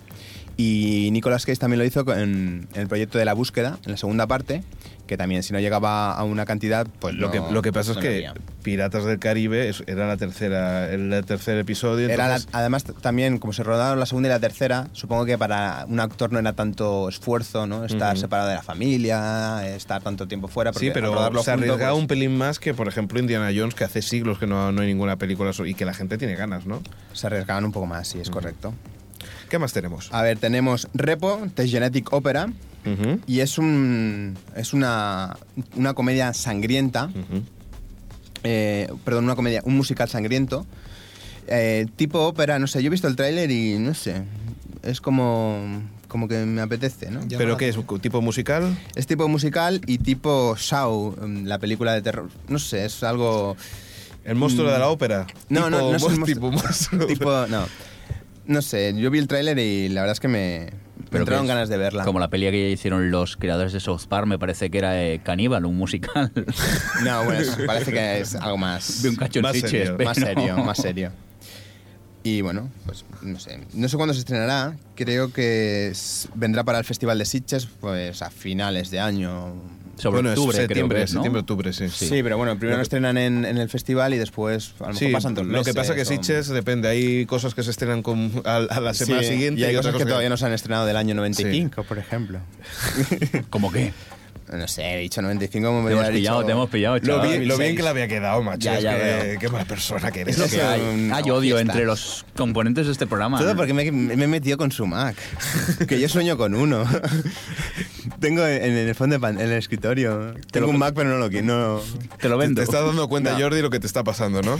Y Nicolas Cage también lo hizo con- en, el proyecto de La Búsqueda, en la segunda parte, que también si no llegaba a una cantidad, pues Lo, no- que, lo que pasa es no que lo haría. Piratas del Caribe es- era la tercera, el, tercer episodio. Era la- entonces- además, también, como se rodaron la segunda y la tercera, supongo que para un actor no era tanto esfuerzo, ¿no? Estar separado de la familia, estar tanto tiempo fuera. Ah, Porque Sí, pero al rodarlo se junto, arriesgaba pues, un pelín más que, por ejemplo, Indiana Jones, que hace siglos que no, no hay ninguna película so- y que la gente tiene ganas, ¿no? Se arriesgaban un poco más, sí, es correcto. ¿Qué más tenemos? A ver, tenemos Repo, The Genetic Opera, Ujú, y es, un, es una, una comedia sangrienta. ujú. eh, perdón, una comedia, un musical sangriento, eh, tipo ópera, no sé, yo he visto el tráiler y no sé, es como, como que me apetece, ¿no? Ya ¿Pero no- qué es? ¿Tipo musical? Es tipo musical y tipo Shaw, mm, la película de terror. No sé, es algo. ¿El monstruo de la ópera? Mm. No, Tipo no, no es un mon- tipo monstruo. tipo, no. No sé, yo vi el tráiler y la verdad es que me, me Pero entraron que es ganas de verla. Como la peli que hicieron los creadores de South Park, me parece que era eh, Caníbal, un musical de No, bueno, es- parece que es algo más. un cacho en Más Sitges, serio, pero- más serio, más serio. Y bueno, pues no sé. No sé cuándo se estrenará. Creo que s- vendrá para el Festival de Sitges pues a finales de año. Sobre bueno, es octubre, creo septiembre, que es, ¿no? septiembre, octubre, sí. Sí, pero bueno, primero lo estrenan en, en el festival y después a lo mejor Sí, pasan dos meses. lo que pasa que o- Sitches depende. Hay cosas que se estrenan con- a, a la semana Sí, siguiente Y hay otra cosas que cosa todavía no se han estrenado del año 95, por ejemplo. ¿Cómo qué? No sé, he dicho 95 como me Te hemos hubiera pillado, dicho- te hemos pillado, Lo, chaval. bien- lo bien 2006. que la había quedado, macho. Ya, es ya que- veo. qué mala persona que eres. Es lo Que que hay una hay odio fiesta. entre los componentes de este programa. Todo porque me, me he metido con su Mac. que yo sueño con uno. Tengo en, en el fondo de pan- en el escritorio. Tengo un Mac, pero no lo quiero. No. Te lo vendo. Te estás dando cuenta, Jordi, lo que te está pasando, ¿no?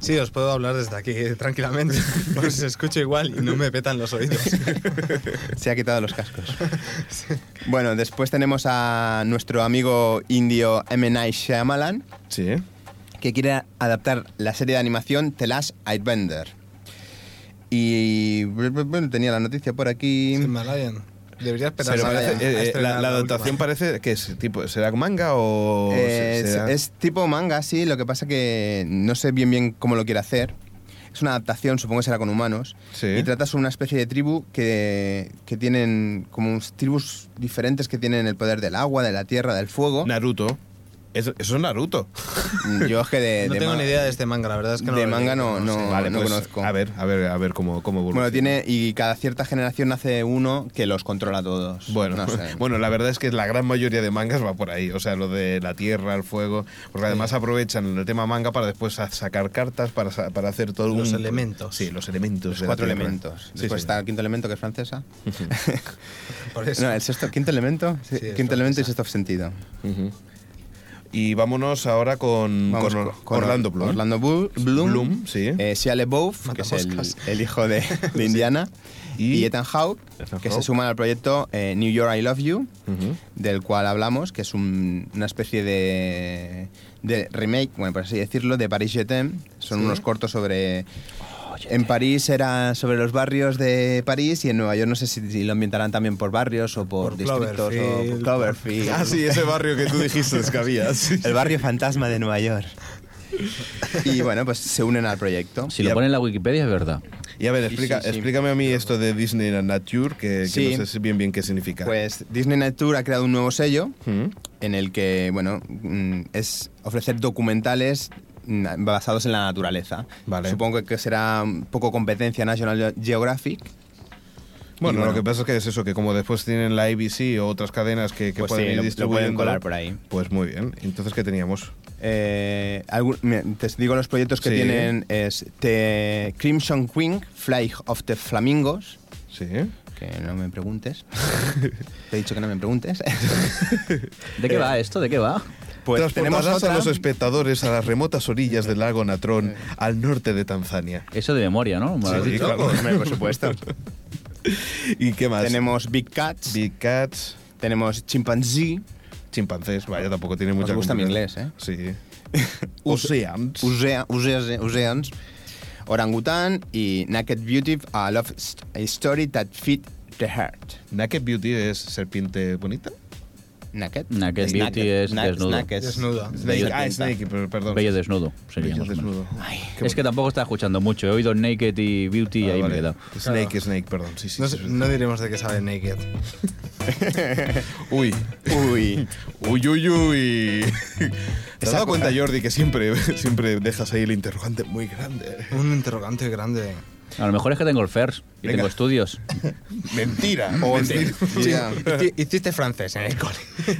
Sí, os puedo hablar desde aquí eh, tranquilamente. Os escucho igual y no me petan los oídos. Se ha quitado los cascos. Bueno, después tenemos a nuestro amigo indio M. Night Shyamalan, Sí. que quiere adaptar la serie de animación The Last Airbender. Y bueno, tenía la noticia por aquí. Himalayan. Debería esperar Pero a- parece- a este eh, eh, estrenar la, la adaptación última. parece que es tipo, ¿será manga o oh, Eh, se- es, será- es tipo manga, sí, lo que pasa que no sé bien bien cómo lo quiere hacer. Es una adaptación, supongo que será con humanos. Sí. Y trata sobre una especie de tribu que, que tienen como unas tribus diferentes que tienen el poder del agua, de la tierra, del fuego. Mm, Naruto? Es- Eso es Naruto. Yo es que de, No de tengo ma- ni idea de este manga, la verdad es que no de lo he manga leído, no, no, sé. no pues, conozco. A ver, a ver, a ver cómo, cómo evoluciona. Bueno, tiene, y cada cierta generación hace uno que los controla a todos. Bueno, No sé. bueno, la verdad es que la gran mayoría de mangas va por ahí, o sea, lo de la tierra, el fuego, porque además aprovechan el tema manga para después sa- sacar cartas, para, sa- para hacer todo Los un- elementos. Sí, los elementos. Los de la cuatro tierra. elementos. Sí, Después sí. está el quinto elemento, que es francesa. Por eso. No, el sexto, quinto elemento. sí, Sí, es quinto elemento y sexto sentido. Ujú. Y vámonos ahora con, Vamos con- co- con Orlando Bloom. Orlando Bu- Bloom. Bloom, sí. Eh, Shia LaBeouf, que es el, Matamoscas. el hijo de, de Indiana. Y- Y, Ethan Hawke, Ethan que Hawke. se suman al proyecto eh, New York I Love You, Ujú. del cual hablamos, que es un- una especie de, de remake, bueno, por así decirlo, de Paris Je t'aime. Son unos cortos sobre... En París era sobre los barrios de París y en Nueva York no sé si, si lo ambientarán también por barrios o por, Por distritos o Cloverfield. por Cloverfield. Ah, sí, ese barrio que tú dijiste que había. sí. El barrio fantasma de Nueva York. Y bueno, pues se unen al proyecto. Si lo ponen en la Wikipedia es verdad. Y a ver, Sí, explica, sí, sí. explícame a mí esto de Disney Nature, que, que Sí. no sé si bien bien qué significa. Pues Disney Nature ha creado un nuevo sello Mm. en el que, bueno, mm, es ofrecer documentales mm, basados en la naturaleza. Vale. Supongo que será un poco competencia National Geographic. Bueno, Y bueno. lo que pasa es que es eso, que como después tienen la ABC o otras cadenas que, que Pues pueden sí, ir lo- lo distribuyendo, pueden colar por ahí. Pues muy bien. Entonces, ¿qué teníamos? Eh, algún- mira, te digo los proyectos que Sí. tienen es The Crimson Queen, Fly of the Flamingos, Sí. que no me preguntes. te he dicho que no me preguntes. Eh, ¿De qué va esto? ¿De qué va? Pues tenemos Transportarás otra. Eh. a los espectadores a las remotas orillas del lago Natrón, al norte de Tanzania. Eso de memoria, ¿no? Me lo has Sí, dicho. claro. Hombre, por supuesto. ¿Y qué más? tenemos Big Cats, Big Cats, tenemos Chimpanzee, chimpancés, vaya, tampoco tiene Nos mucha gusta mi complejidad. inglés, ¿eh? Sí. Oceans. Usea- Usea- Useans, Orangutan y Naked Beauty, a love st- a story that fit the heart. Naked Beauty es serpiente bonita. Naked. Naked Es Beauty es Nak- desnudo. naked. Desnudo. Snake, ah, Snake, per- perdón. Bello desnudo, sería Bello más o menos. desnudo. qué Es que tampoco estaba escuchando mucho. He oído Naked y Beauty y Ah, ahí me vale. he quedado. Snake, Snake, perdón. Sí, sí, No, sí, sé- sí. no diremos de qué sabe Naked. Uy. Uy. Uy, uy, uy. ¿Te has dado cuenta, Jordi, que siempre, siempre dejas ahí el interrogante muy grande? Un interrogante grande. A lo mejor es que tengo el FERS y Venga. tengo estudios. Mentira. Yeah. Hiciste francés en el cole.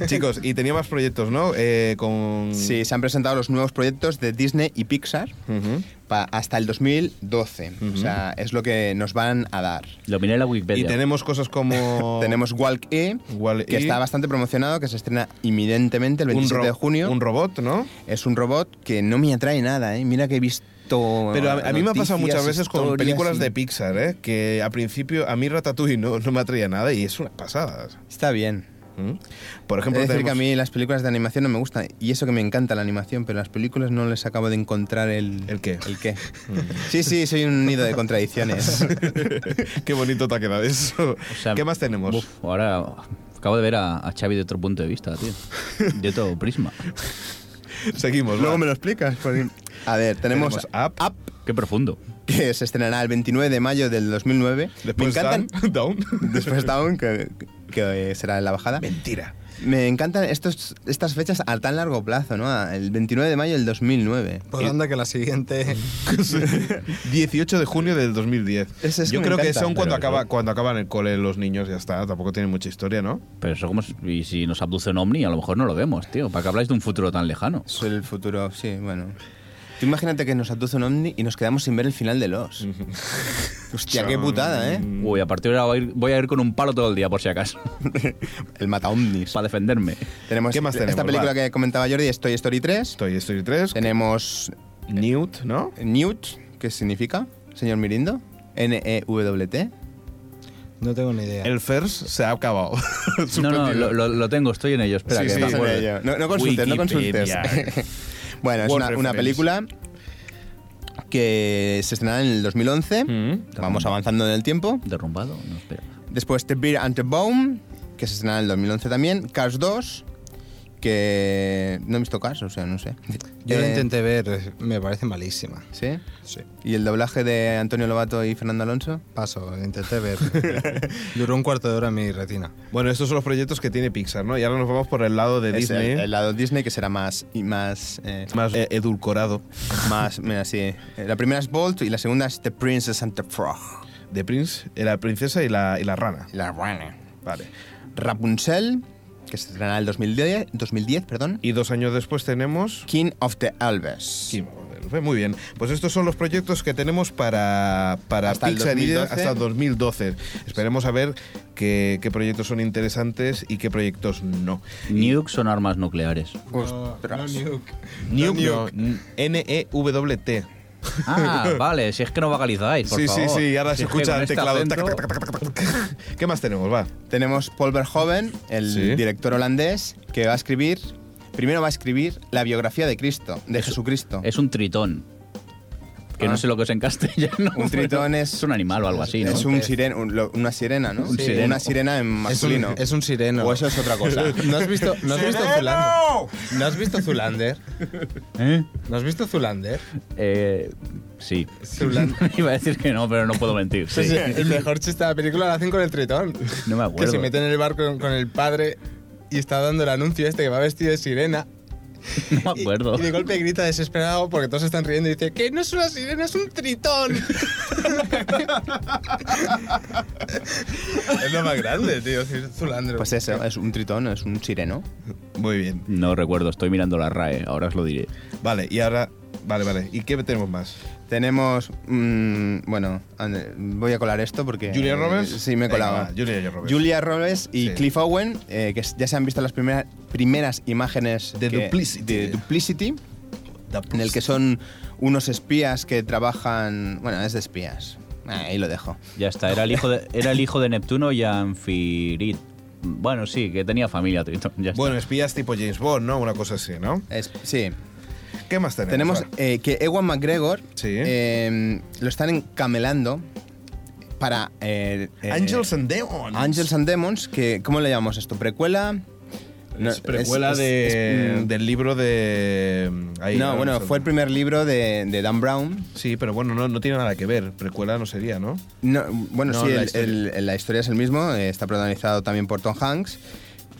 Chicos, y tenía más proyectos, ¿no? Eh, con... Sí, se han presentado los nuevos proyectos de Disney y Pixar Ujú. pa- hasta el 2012. O sea, es lo que nos van a dar. Lo miré en la Y Wikipedia. tenemos cosas como... Tenemos Walk E, Wall-E. que está bastante promocionado, que se estrena inminentemente el un 27 ro- de junio. Un robot, ¿no? Es un robot que no me atrae nada, ¿eh? Mira que he visto. Pero a, a mí me ha pasado noticias, muchas veces con historias películas y- de Pixar, ¿eh? Que al principio a mí Ratatouille no, no me atraía nada y es una pasada. Está bien. ¿Mm? Por Es ejemplo, decir, tenemos- que a mí las películas de animación no me gustan. Y eso que me encanta la animación, pero las películas no les acabo de encontrar el. ¿El qué? Mm. El qué. sí, sí, soy un nido de contradicciones. Qué bonito te ha quedado eso. O sea, ¿Qué más tenemos? uf, ahora acabo de ver a, a Xavi de otro punto de vista, tío. De otro prisma. Seguimos. va. lo explicas. A ver, tenemos, Tenemos Up. Up, Qué profundo. que se estrenará el 29 de mayo del 2009. Después me encantan. Down. Down. Después Down, que, que, eh, será en la bajada. Mentira. Me encantan estos, estas fechas a tan largo plazo, ¿no? A- El 29 de mayo del 2009. Pues anda que la siguiente. 18 de junio del 2010. Ese es Yo que me creo que encanta. son cuando, Pero acaba, eso- cuando acaban el cole los niños, ya está. Tampoco tienen mucha historia, ¿no? Pero eso como... si- Y si nos abduce un ovni, a lo mejor no lo vemos, tío. ¿Para qué habláis de un futuro tan lejano? Es el futuro, sí, bueno. Tú imagínate que nos aduce un ovni y nos quedamos sin ver el final de los. Hostia, qué putada, ¿eh? Mm. Uy, a partir de ahora voy a ir, voy a ir con un palo todo el día, por si acaso. El mata ovnis. para defenderme. Tenemos ¿Qué más tenemos? esta película Va. que comentaba Jordi, es Toy Story 3. Estoy, estoy 3. Tenemos Newt, ¿no? Newt, ¿qué significa, señor Mirindo? E N-E-W-T. No tengo ni idea. El first se ha acabado. No, no, Suspendido. lo, lo- lo tengo, estoy en ello. Espera, Sí, que sí, me estás en acuerdo. ello. No- no consultes, no consultes. Wikipedia. Bueno, es Word una, una reference. película que se estrenará en el 2011. Mm. Vamos avanzando en el tiempo. Derrumbado, no, espera. Después The Beer and the Bone, que se estrenará en el 2011 también. Cars 2, que no he visto Cars, o sea, no sé. Yo la Eh, intenté ver, me parece malísima. ¿Sí? Sí. ¿Y el doblaje de Antonio Lobato y Fernando Alonso? Paso, intenté ver. Duró un cuarto de hora en mi retina. Bueno, estos son los proyectos que tiene Pixar, ¿no? Y ahora nos vamos por el lado de Es el- Disney. El, lado Disney que será más... Y más eh, Más eh, edulcorado. Más, mira, sí. Eh, La primera es Bolt y la segunda es The Princess and the Frog. The Prince, eh, la princesa y la, y la rana. La buena. Vale. Rapunzel, que se estrenará el 2010, 2010 perdón. Y dos años después tenemos... King of the Elves. Sí, muy bien. Pues estos son los proyectos que tenemos para, para Hasta el Pixar y 2012. hasta el 2012. Esperemos a ver qué, qué proyectos son interesantes y qué proyectos no. Nuke son armas nucleares. Ostras. Nuke, no, E N-E-W-T. Ah, vale, si es que no vagalizáis, por Sí, favor. sí, sí, ahora Si se es que escucha con el este teclado. acento- Tac, tac, tac, tac, tac. ¿Qué más tenemos? Va. Tenemos Paul Verhoeven, el Sí. director holandés, que va a escribir... Primero va a escribir la biografía de Cristo, de Jesucristo. Es un tritón. Que Ah. no sé lo que es en castellano. Un tritón es- Es un animal o algo así, ¿no? Es un siren- un- lo- una sirena, ¿no? Un sireno. Una sirena en Es un, masculino. es un sireno. O eso es otra cosa. ¿No has visto, no has visto Zulander? ¿No has visto Zulander? ¿Eh? ¿No has visto Zulander? Eh, sí. Iba a decir que no, pero no puedo mentir. Sí. Sí, El mejor chiste de la película lo hacen con el tritón. No me Que acuerdo. se mete en el barco con, con el padre y está dando el anuncio este que va vestido de sirena. No me Y- acuerdo. Y, de golpe grita desesperado porque todos están riendo y dice que no es una sirena, es un tritón. es lo más grande, tío. sí, es Zulander. Pues eso, es un tritón, es un sireno. Muy bien. No recuerdo, estoy mirando la RAE, ahora os lo diré. Vale, y ahora Vale, vale. ¿Y qué tenemos más? Tenemos. mm, bueno, ande- voy a colar esto porque. ¿Julia eh, Roberts? Sí, me colaba. Venga, Julia Roberts. Julia Roberts y Sí. Cliff Owen, eh, que ya se han visto las primeras, primeras imágenes De que- Duplicity. de Duplicity, en el que son unos espías que trabajan. Bueno, es de espías. Ah, Ahí lo dejo. Ya está, era el hijo de, era el hijo de Neptuno y Anfirit. Bueno, sí, que tenía familia Tritón. Ya está. Bueno, espías tipo James Bond, ¿no? Una cosa así, ¿no? Es- sí. ¿Qué más tenemos? Tenemos Vale. eh, que Ewan McGregor Sí. eh, lo están encamelando para. eh, eh, Angels and Demons. Angels and Demons, que ¿cómo le llamamos esto? ¿Precuela? No, es precuela es- de, es- mm, del libro de... mm, ahí, no, bueno, sé. fue el primer libro de, de Dan Brown. Sí, pero bueno, no, no tiene nada que ver. Precuela no sería, ¿no? No, bueno, No, sí, la el- historia. el- el- la historia es el mismo, eh, está protagonizado también por Tom Hanks.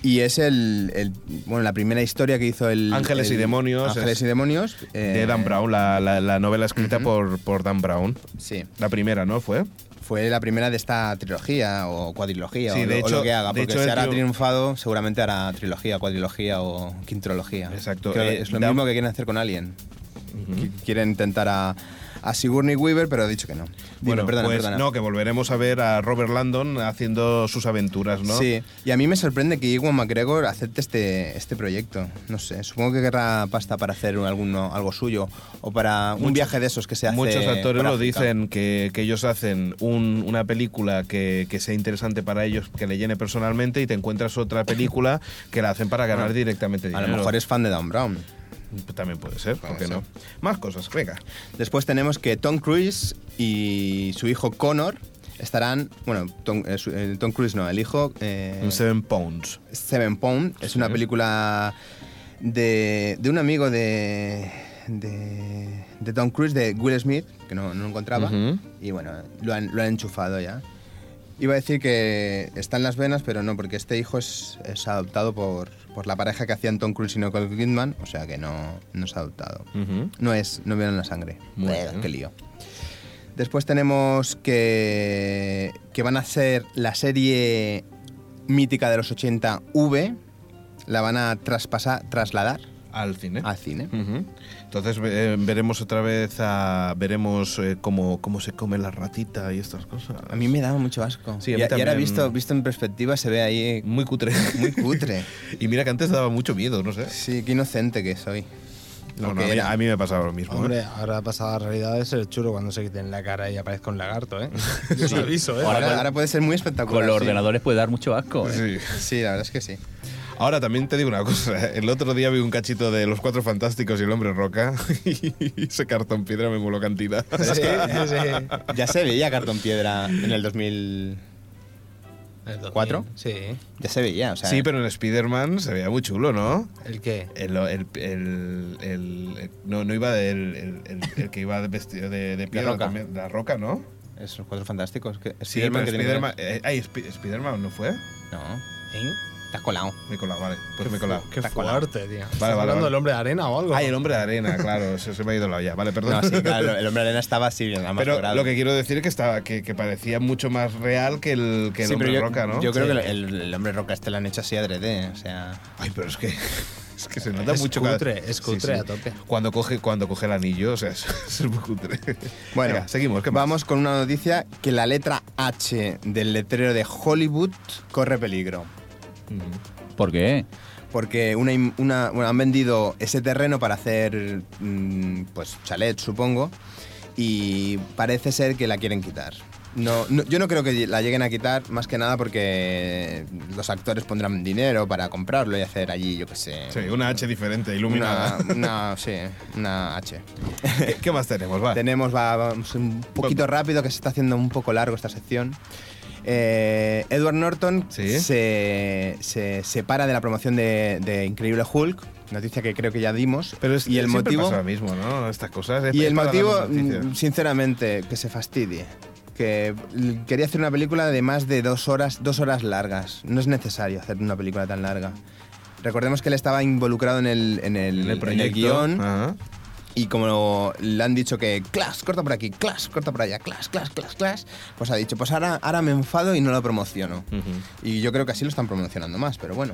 Y es el, el- bueno, la primera historia que hizo el... Ángeles y el- demonios, Ángeles es- y Demonios. eh, de Dan Brown, la, la- la novela escrita por, por Dan Brown. Sí, La primera, ¿no? Fue. fue la primera de esta trilogía o cuadrilogía Sí, o, de lo- o hecho- lo que haga. de Porque hecho, si el ahora ha tío- triunfado, seguramente hará trilogía, cuadrilogía o quintrología. Exacto, Creo que eh, es lo Dan- mismo que quieren hacer con Alien. Qui- Quieren intentar a, a Sigourney Weaver, pero ha dicho que no. Dime, perdona, pues, perdona. No, que volveremos a ver a Robert Landon haciendo sus aventuras, ¿no? Sí, y a mí me sorprende que Iwan McGregor acepte este, este proyecto. No sé, supongo que querrá pasta para hacer un- alguno, algo suyo o para un Muchos- viaje de esos que se hace. Muchos actores por lo África. dicen, que, que ellos hacen un- una película que, que sea interesante para ellos, que le llene personalmente, y te encuentras otra película que la hacen para ganar directamente A dinero. Pues lo mejor es fan de Dan Brown. También puede ser, ¿por qué ser. no? Más cosas, venga. Después tenemos que Tom Cruise y su hijo Connor estarán. Bueno, Tom, eh, su- eh, Tom Cruise no, el hijo. eh, Un Seven Pounds. Seven Pound. Es una película de, de un amigo de, de, de Tom Cruise, de Will Smith, que no, no encontraba. Ujú. Y bueno, lo han, lo han enchufado ya. Iba a decir que está en las venas, pero no, porque este hijo es, es adoptado por, por la pareja que hacían Tom Cruise y Nicole Kidman, o sea que no, no es adoptado. No es, no vieron la sangre. Muy Bleh, bien. Qué lío. Después tenemos que, que van a hacer la serie mítica de los 80 V, la van a traspasar, trasladar Al cine. al cine. Ujú. Entonces ve- eh, veremos otra vez a. Veremos eh, cómo, cómo se come la ratita y estas cosas. A mí me daba mucho asco. Sí, a y, mí y ahora también. visto, visto en perspectiva se ve ahí Muy cutre. muy cutre. y mira que antes daba mucho miedo, no sé. sí, qué inocente que soy. No, Lo no, a, que mí, era. a mí me pasaba lo mismo. Hombre, ¿eh? ahora pasada la realidad es el chulo cuando se quiten la cara y aparezca un lagarto, ¿eh? Yo os aviso, ¿eh? Ahora Ahora, con- ahora puede ser muy espectacular. Con los sí. ordenadores puede dar mucho asco. ¿eh? Sí. Sí, la verdad es que sí. Ahora también te digo una cosa. ¿eh? El otro día vi un cachito de Los Cuatro Fantásticos y el Hombre Roca. y ese cartón piedra me moló cantidad. Sí, sí. Ya se veía cartón piedra en el 2000. El 2000, ¿Cuatro? Sí. Ya se veía, o sea. Sí, pero en Spider-Man se veía muy chulo, ¿no? ¿El qué? El, el- el- el- el- no, no iba el, el- el- el que iba vestido de, de piedra Roca. también, la roca, ¿no? Es los cuatro fantásticos. que- Sí, pero Spiderman que tiene que Spiderman, eh, ay, Sp- Spiderman, ¿no fue? ver- No, ¿En? te has colado. Me he colado, vale. Pues me he colado. Qué fuerte, tío. ¿Estás vale, hablando vale. del hombre de arena o algo? Ay, el hombre de arena, claro, se, se me ha ido la olla. Vale, perdón. No, sí, claro, el hombre arena estaba así bien Pero amafiorado. lo que quiero decir es que estaba, que, que parecía mucho más real que el, que el Sí, pero hombre yo, roca, ¿no? Yo creo Sí. que el, el hombre roca este lo han hecho así adrede, o sea. Ay, pero es que. Es que se nota Es mucho. cutre, cada- es cutre a tope. Cuando coge, cuando coge el anillo, o sea, es, es muy cutre. Bueno, Venga, seguimos. ¿qué más? Vamos con una noticia que la letra H del letrero de Hollywood corre peligro. ¿Por qué? Porque una, im- una- bueno, han vendido ese terreno para hacer mm, pues chalets, supongo, y parece ser que la quieren quitar. No, no- yo no creo que la lleguen a quitar, más que nada porque los actores pondrán dinero para comprarlo y hacer allí, yo qué sé. Sí, una H diferente, iluminada. Una, una- sí, una H. ¿Qué, qué más tenemos? Va. Tenemos, va- vamos un poquito rápido, que se está haciendo un poco largo esta sección. Eh, Edward Norton Sí. se, se separa de la promoción de, de Increíble Hulk, noticia que creo que ya dimos. Pero es, y el siempre motivo, pasa lo mismo, ¿no? Estas cosas. es- y es el para dar motivo las noticias. mm, sinceramente, que se fastidie. Que l- quería hacer una película de más de dos horas, dos horas largas. No es necesario hacer una película tan larga. Recordemos que él estaba involucrado en el, en En el, el en el proyecto. Ah. guión. Ajá. Y como lo- le han dicho que clas, corta por aquí, clas, corta por allá, clas, clas, clas, clas, pues ha dicho, Mm. pues ahora, ahora me enfado y no lo promociono. Y yo creo que así lo están promocionando más, pero bueno.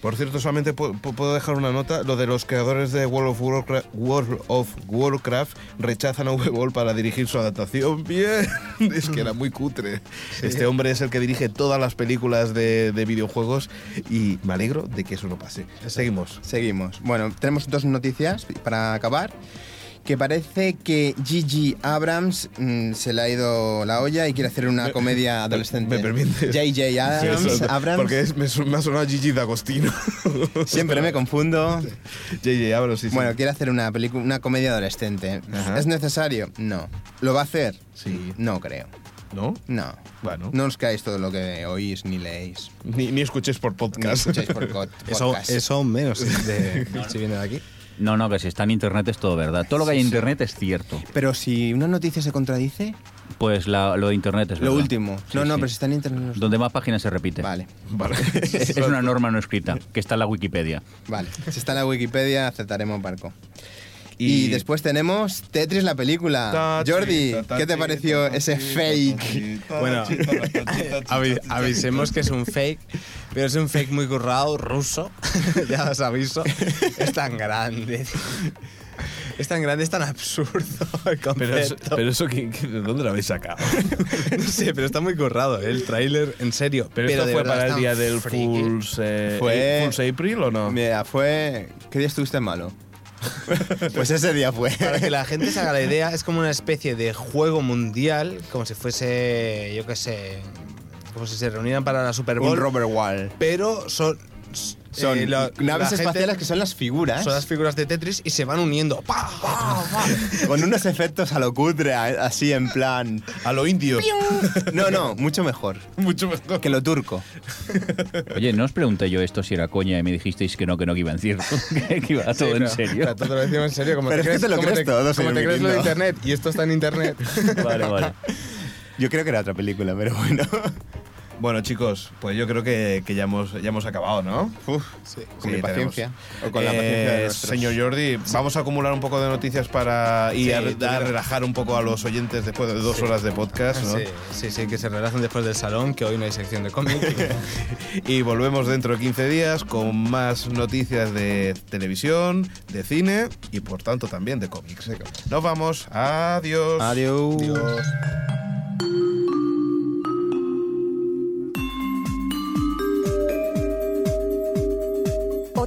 Por cierto, solamente pu- pu- puedo dejar una nota. Lo de los creadores de World of Warcraft, World of Warcraft rechazan a Webol para dirigir su adaptación. Bien, es que era muy cutre. Este hombre es el que dirige todas las películas de, de videojuegos y me alegro de que eso no pase. Seguimos. Seguimos. Bueno, tenemos dos noticias para acabar. Que parece que Gigi Abrams mm, se le ha ido la olla y quiere hacer una comedia adolescente. me permites? JJ Abrams, Eso, Abrams. Porque es- me, su- me ha sonado Gigi D'Agostino. siempre me confundo. JJ Abrams, sí, sí. Bueno, quiere hacer una película, una comedia adolescente. Ajá. ¿Es necesario? No. ¿Lo va a hacer? Sí. No creo. ¿No? No. Bueno. No os caéis todo lo que oís ni leéis. Ni, ni escuches por Ni podcast. escucháis por co- Eso, podcast. eso menos de, si viene de aquí. No, no, que si está en internet es todo verdad. Todo lo que hay en internet es cierto. Pero si una noticia se contradice, Pues la- lo de internet es lo verdad. último. Sí, no, no, sí. pero si está en internet. no- Donde más páginas se repite. Vale, Vale. Es una norma no escrita, que está en la Wikipedia. vale. Si está en la Wikipedia, aceptaremos barco. Y- Y, después tenemos Tetris la película. Ah, Jordi, ¿qué te pareció ese fake? Bueno, avi- avisemos que es un fake, pero es un fake muy currado, ruso, ya os aviso. Es tan grande. Es tan grande, es tan absurdo el concepto. Pero, eso- pero eso, ¿qué- qué- ¿de dónde lo habéis sacado? No sé, pero está muy currado ¿eh? el tráiler, en serio. ¿Pero, esto de fue verdad para el está día del friki. Fools, eh, Fue- Fools April o no? Mira, fue. ¿Qué día estuviste malo? pues ese día fue. Para que la gente se haga la idea, es como una especie de juego mundial, como si fuese, yo qué sé, como si se reunieran para la Super Un Bowl, Robert Eh, Wall. pero son... s- Son eh, la- naves la gente- espaciales que son las figuras. Son las figuras de Tetris y se van uniendo. ¡Pa! ¡Pa! ¡Pa! Con unos efectos a lo cutre, a- así en plan. A lo indio. No, no, mucho mejor. Mucho mejor. Que lo turco. Oye, no os pregunté yo esto si era coña y me dijisteis que no, que no, que iba en cierto. que que iba todo en serio. Pero tú te lo decimos en serio, como Pero te es que crees, te lo como crees te- todo, como señor te crees lo de Mirindo. internet y esto está en internet. Vale, vale. Yo creo que era otra película, pero bueno. Bueno, chicos, pues yo creo que, que ya, hemos, ya hemos acabado, ¿no? Uf, sí, con mi Sí, paciencia. tenemos. O con la paciencia Eh, de nuestros. Señor Jordi, vamos a acumular un poco de noticias para y a, a relajar un poco a los oyentes después de dos horas de podcast, ¿no? Sí, sí, sí, que se relajan después del salón, que hoy no hay sección de cómic. Y volvemos dentro de 15 días con más noticias de televisión, de cine y por tanto también de cómics. ¿eh? Nos vamos. Adiós. Adiós. O